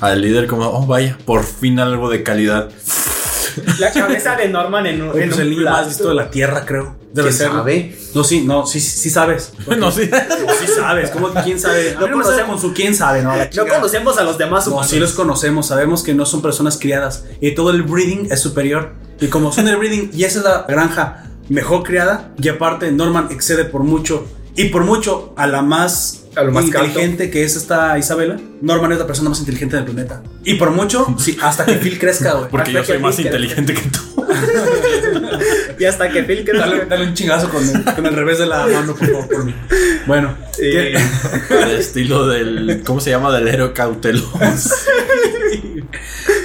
Al líder, como, oh, vaya, por fin algo de calidad. La cabeza de Norman en un, Oye, en pues un el niño plato. más listo de la tierra, creo. Debe quién ser. sabe. No, sí, no, sí, sí, sí sabes. No, sí. Sí sabes, ¿cómo que quién sabe? No No, no sé conocemos. con su quién sabe, ¿no? La No chingada. conocemos a los demás No, humanos. sí los conocemos, sabemos que no son personas criadas y todo el breeding es superior. Y como son el breeding y esa es la granja mejor criada, y aparte Norman excede por mucho y por mucho a la más, A lo más inteligente que es esta Isabela. Norman es la persona más inteligente del planeta. Y por mucho, sí, hasta que Phil crezca, güey. Porque yo Hasta soy que más Phil crezca. inteligente que tú. Y hasta que Phil crezca. Dale, dale un chingazo con el, con el revés de la mano, por favor, por mí. Bueno, Eh, Al estilo del. ¿Cómo se llama? Del héroe cauteloso.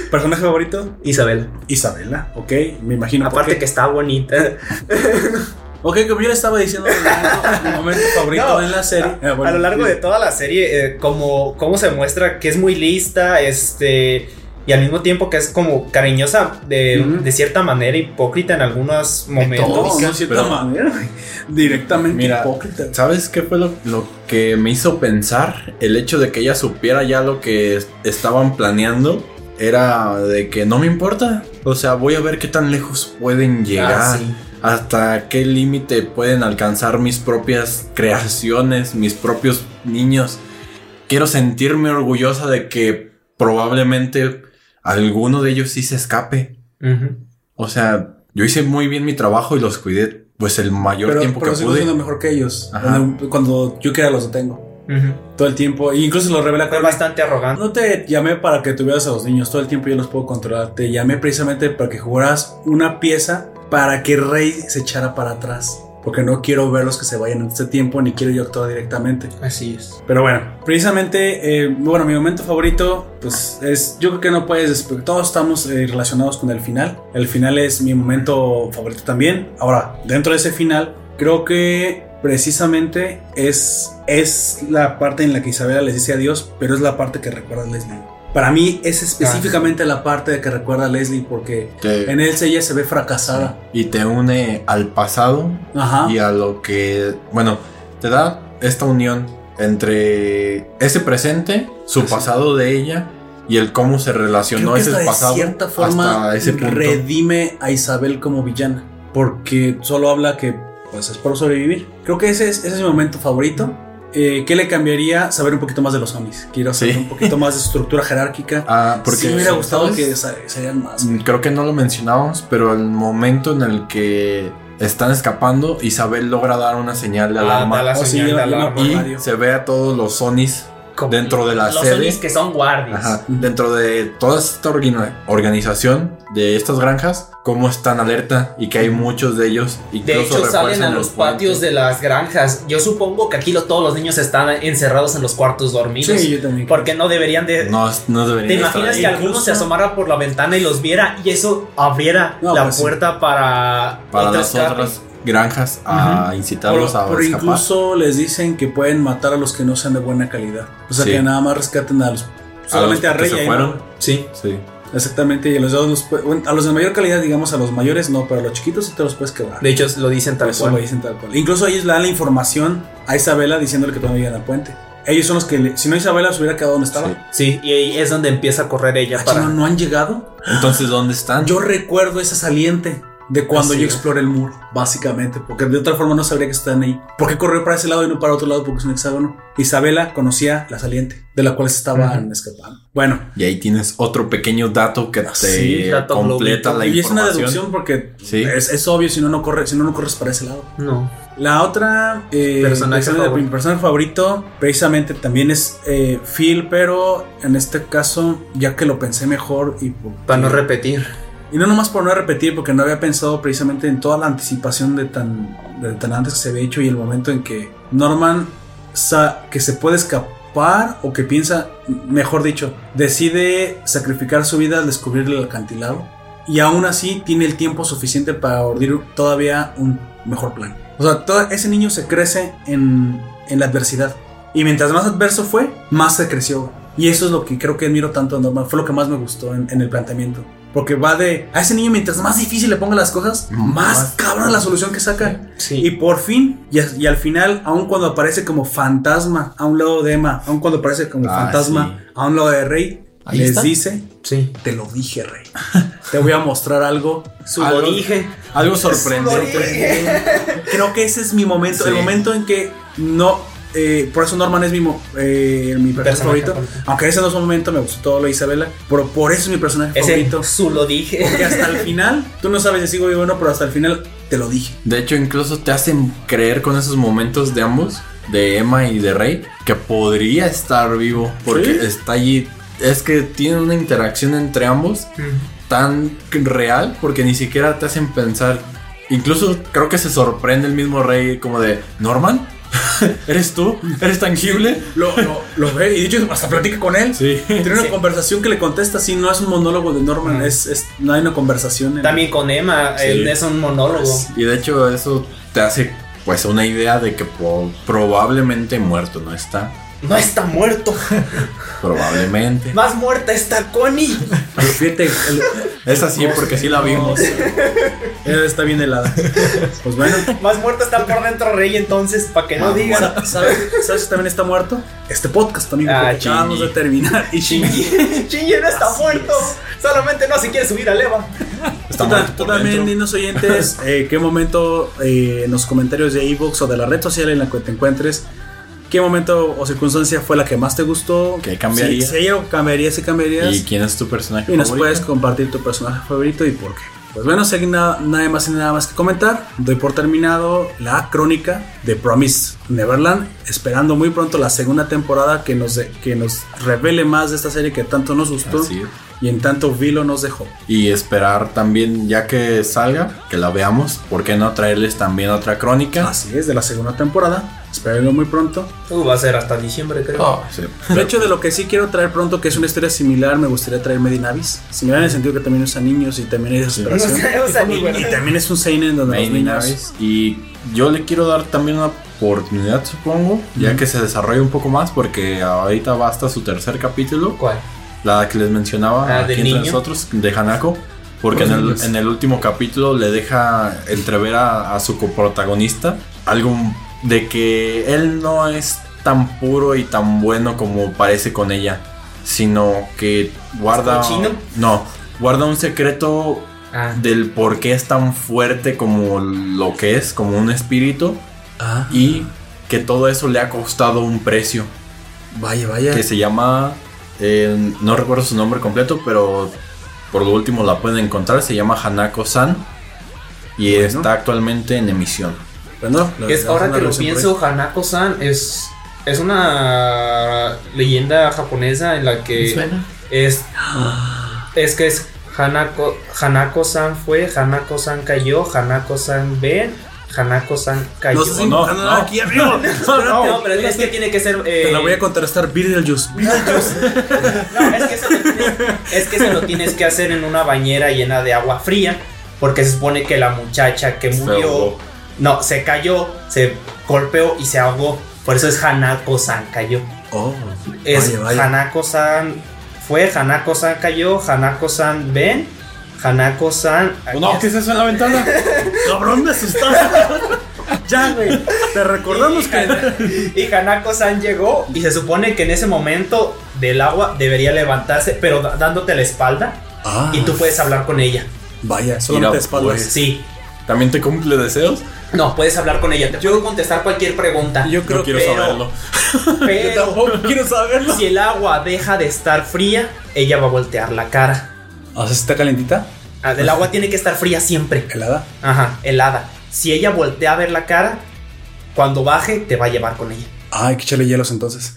personaje favorito, Isabel. Isabela, ok, me imagino. por Aparte qué. que está bonita. Ok, como yo le estaba diciendo, mi momento favorito No, en la serie. Eh, bueno, a lo largo de toda la serie, eh, como, cómo se muestra que es muy lista, este. Y al mismo tiempo que es como cariñosa de, Ujú. de cierta manera, hipócrita en algunos No, momentos. Oh, no, de cierta Pero- manera, güey. Directamente Mira, hipócrita. ¿Sabes qué fue lo, lo que me hizo pensar? El hecho de que ella supiera ya lo que es- estaban planeando era de que no me importa. O sea, voy a ver qué tan lejos pueden llegar. Ah, sí. Hasta qué límite pueden alcanzar mis propias creaciones, mis propios niños. Quiero sentirme orgullosa de que probablemente alguno de ellos sí se escape. Ujú. O sea, yo hice muy bien mi trabajo y los cuidé pues el mayor Pero, tiempo pero que sigo pude. siendo mejor que ellos. Ajá. Cuando, cuando yo quiera los detengo. Ujú. Todo el tiempo. E incluso lo revela Fue Carmen. bastante arrogante. No te llamé para que tuvieras a los niños. Todo el tiempo yo los puedo controlar. Te llamé precisamente para que jugaras una pieza para que Rey se echara para atrás. Porque no quiero verlos que se vayan en este tiempo, ni quiero yo actuar directamente. Así es. Pero bueno, precisamente, eh, bueno, mi momento favorito, pues es, yo creo que no puedes, despe- todos estamos eh, relacionados con el final. El final es mi momento favorito también. Ahora, dentro de ese final, creo que precisamente es, es la parte en la que Isabela les dice adiós, pero es la parte que recuerda a Leslie. Para mí es específicamente la parte de que recuerda a Leslie porque Te- en él ella se ve fracasada. y te une al pasado Ajá. y a lo que, bueno, te da esta unión entre ese presente, su pasado de ella y el cómo se Creo relacionó que ese hasta de pasado cierta forma hasta ese punto. redime a Isabel como villana, porque solo habla que pues es por sobrevivir. Creo que ese es, ese es mi momento favorito. Eh, ¿Qué le cambiaría? Saber un poquito más de los zombies. Quiero saber Sí. un poquito más de su estructura jerárquica. Ah, porque Porque me hubiera gustado ¿sabes? que sa- salieran más. Mm, Creo que no lo mencionábamos, pero el momento en el que están escapando, Isabel logra dar una señal de Ah, alarma da la Oh, sí, señal de yo- yo no- alarma. y radio. se ve a todos los Sonis como Dentro de la los serie. Onis que son guardias. Ajá. Dentro de toda esta orgui- organización de estas granjas, cómo están alerta y que hay muchos de ellos. De incluso hecho, salen refuerzan a el los patios puente. de las granjas. Yo supongo que aquí lo- todos los niños están encerrados en los cuartos dormidos. Sí, yo también. creo. Porque no deberían de. No, no deberían ¿Te estar imaginas ahí. que alguno se asomara por la ventana y los viera y eso abriera No, la pues sí. puerta para, Para otro las escape? otras granjas a Por, incitarlos a por escapar. incluso les dicen que pueden matar a los que no sean de buena calidad. O sea, Sí. que nada más rescaten a los. Solamente a, que Rey. se ahí, fueron. ¿no? Sí, Sí. exactamente. Y a los, dos los pu- bueno, a los de mayor calidad, digamos, a los mayores no, pero a los chiquitos sí te los puedes quebrar. De hecho, lo dicen tal Eso lo cual. dicen tal cual. Incluso ellos le dan la información a Isabela diciéndole que todavía llegan al puente. Ellos son los que, le- si no Isabela se hubiera quedado donde estaba. Sí. Sí, y ahí es donde empieza a correr ella Ah, chino, para. ¿No han llegado? Entonces, ¿dónde están? Yo recuerdo esa saliente de cuando Así yo es. exploré el muro, básicamente, porque de otra forma no sabría que están ahí. ¿Por qué corrió para ese lado y no para otro lado porque es un hexágono? Isabela conocía la saliente de la cual se estaban escapando. Bueno, Y ahí tienes otro pequeño dato que te Ah, sí, dato completa la y es una información. deducción porque Sí. es, es obvio si no no corre, si no no corres para ese lado. No. La otra eh, Personaje persona- favorito. mi personaje favorito precisamente también es eh, Phil, pero en este caso, ya que lo pensé mejor y por- Para no repetir. y no nomás por no repetir, porque no había pensado precisamente en toda la anticipación de tan, de tan antes que se había hecho y el momento en que Norman, sa- que se puede escapar o que piensa, mejor dicho, decide sacrificar su vida al descubrir el acantilado y aún así tiene el tiempo suficiente para ordir todavía un mejor plan. O sea, todo ese niño se crece en, en la adversidad. Y mientras más adverso fue, más se creció. Y eso es lo que creo que admiro tanto a Norman. Fue lo que más me gustó en, en el planteamiento. Porque va de... A ese niño mientras más difícil le ponga las cosas, más, Más. cabrón la solución que saca. Y Sí. por fin, y, a- y al final, aun cuando aparece como fantasma a un lado de Emma, aun cuando aparece como Ah, fantasma sí. a un lado de Rey, Ahí les está. dice, Sí. te lo dije, Rey. Te voy a mostrar algo Su Algo- origen. Algo sorprendente. Creo que ese es mi momento, el Sí. momento en que no. eh, por eso Norman es mi, mo- eh, mi personaje Personaje favorito. favorito. Aunque ese no es un momento, me gustó todo lo de Isabela. Pero por eso es mi personaje Ese favorito. su lo dije. Porque hasta el final, tú no sabes si sigo vivo o no, pero hasta el final te lo dije. De hecho, incluso te hacen creer con esos momentos de ambos, de Emma y de Rey, que podría estar vivo. Porque Sí. está allí. Es que tiene una interacción entre ambos tan real porque ni siquiera te hacen pensar. Incluso creo que se sorprende el mismo Rey como de Norman. ¿Eres tú? ¿Eres tangible? Lo, lo- lo ve y dicho, hasta platica con él. Sí. Tiene una conversación que le contesta, sí, no es un monólogo de Norman, es, es- no hay una conversación. en- También con Emma, Sí. él es un monólogo. Y de hecho eso te hace pues una idea de que po- probablemente muerto no está. No está muerto. Probablemente. Más muerta está Connie. Pero fíjate, el- Es así porque sí la vimos. él Eh, está bien helada. Pues bueno. Más muerta está por dentro Rey, entonces, para que no Más digan. Sa- ¿Sabes sabes que también está muerto? Este podcast, amigo, Ah, que acabamos de Shinji. terminar. Y Shinji. Shinji no está muerto. Solamente no se quiere subir al Eva. Está Tú, muerto ta- tú por también, dentro. dinos oyentes, eh, qué momento eh, en los comentarios de iVoox o de la red social en la que te encuentres, qué momento o circunstancia fue la que más te gustó. ¿Qué cambiarías? Si, si o cambiarías, si cambiarías. ¿Y Y, quién es tu personaje nos favorito? puedes compartir tu personaje favorito y por qué. Pues bueno, si hay na- nada más y nada más que comentar, doy por terminado la crónica de Promise Neverland, esperando muy pronto la segunda temporada que nos, de- que nos revele más de esta serie que tanto nos gustó Así es. y en tanto Vilo nos dejó. Y esperar también, ya que salga, que la veamos. ¿Por qué no traerles también otra crónica? Así es, de la segunda temporada. Espérenlo muy pronto. Uh, va a ser hasta diciembre, Ah, creo. Oh, sí. De hecho, de lo que sí quiero traer pronto, que es una historia similar, me gustaría traer Medinavis. Similar en el sentido que también usa niños y también hay Nos desesperación. traemos a Nina. Y también es un seinen donde los Made in niños... Abyss. Y yo le quiero dar también una oportunidad, supongo, ya que se desarrolle un poco más, porque ahorita va hasta su tercer capítulo, ¿Cuál? la que les mencionaba Ah, aquí del entre niño. nosotros, de Hanako. Porque en el, en el último capítulo le deja entrever a, a su coprotagonista algo de que él no es tan puro y tan bueno como parece con ella, sino que guarda. cochino? No, guarda un secreto Ah. del por qué es tan fuerte como lo que es, como un espíritu, Ah, y que todo eso le ha costado un precio, vaya, vaya. que se llama, eh, no recuerdo su nombre completo, pero por lo último la pueden encontrar, se llama Hanako-san, y Bueno. está actualmente en emisión. Bueno, lo- Es lo- ahora lo- que lo- lo por ahí. pienso, Hanako-san es es una leyenda japonesa en la que suena? es es que es Hanako Hanako San fue, Hanako San cayó, Hanako San ve, Hanako San cayó. No sé si no, no, no. aquí arriba. No, no, pero es que tiene que ser eh, Te la voy a contrastar Beetlejuice. No, es que, eso lo tienes, es que eso lo tienes que hacer en una bañera llena de agua fría. Porque se supone que la muchacha que murió. ahogó. No, se cayó, se golpeó y se ahogó. Por eso es Hanako-san cayó. Oh, Es vaya, vaya. Hanako-san fue, Hanako-san cayó, Hanako-san ven, Hanako-san. No, ¿qué es eso en la ventana? Cabrón, me asustaste. ya, güey. Te recordamos Y que. Hana- Y Hanako-san llegó y se supone que en ese momento del agua debería levantarse, pero da- dándote la espalda Ah, y tú puedes hablar con ella. Vaya, solamente Mira, espaldas. pues. Sí, ¿También te cumple deseos? No, puedes hablar con ella. Te puedo contestar cualquier pregunta. Yo creo no quiero que. pero- saberlo. Pero Tampoco quiero saberlo. si el agua deja de estar fría, ella va a voltear la cara. O sea, está calentita, Ah, Pues El agua tiene que estar fría siempre. helada. Ajá, helada. Si ella voltea a ver la cara, cuando baje, te va a llevar con ella. Ah, hay que echarle hielos entonces.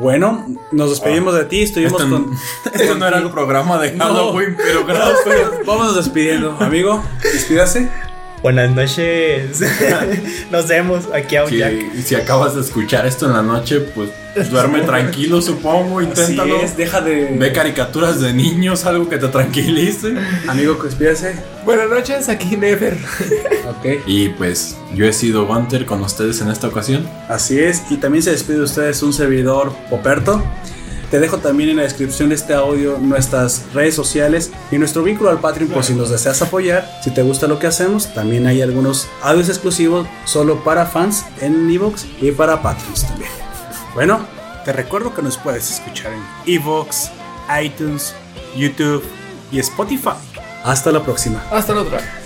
Bueno, nos despedimos de ti. Estuvimos Esto, con. esto no era el programa de No. Halloween, pero gracias. Vámonos despidiendo, amigo. Despídase. Buenas noches. Nos vemos aquí a Si, si acabas de escuchar esto en la noche, pues duerme tranquilo, supongo. Así Inténtalo. es, deja Ve de. caricaturas de niños, algo que te tranquilice. Amigo, despídase. Buenas noches, aquí Never. Ok. Y pues yo he sido Gunter con ustedes en esta ocasión. Así es, y también se despide de ustedes un servidor Poperto. Te dejo también en la descripción de este audio nuestras redes sociales y nuestro vínculo al Patreon por si nos deseas apoyar. Si te gusta lo que hacemos, también hay algunos audios exclusivos solo para fans en Evox y para Patreons también. Bueno, te recuerdo que nos puedes escuchar en Evox, iTunes, YouTube y Spotify. Hasta la próxima. Hasta la otra.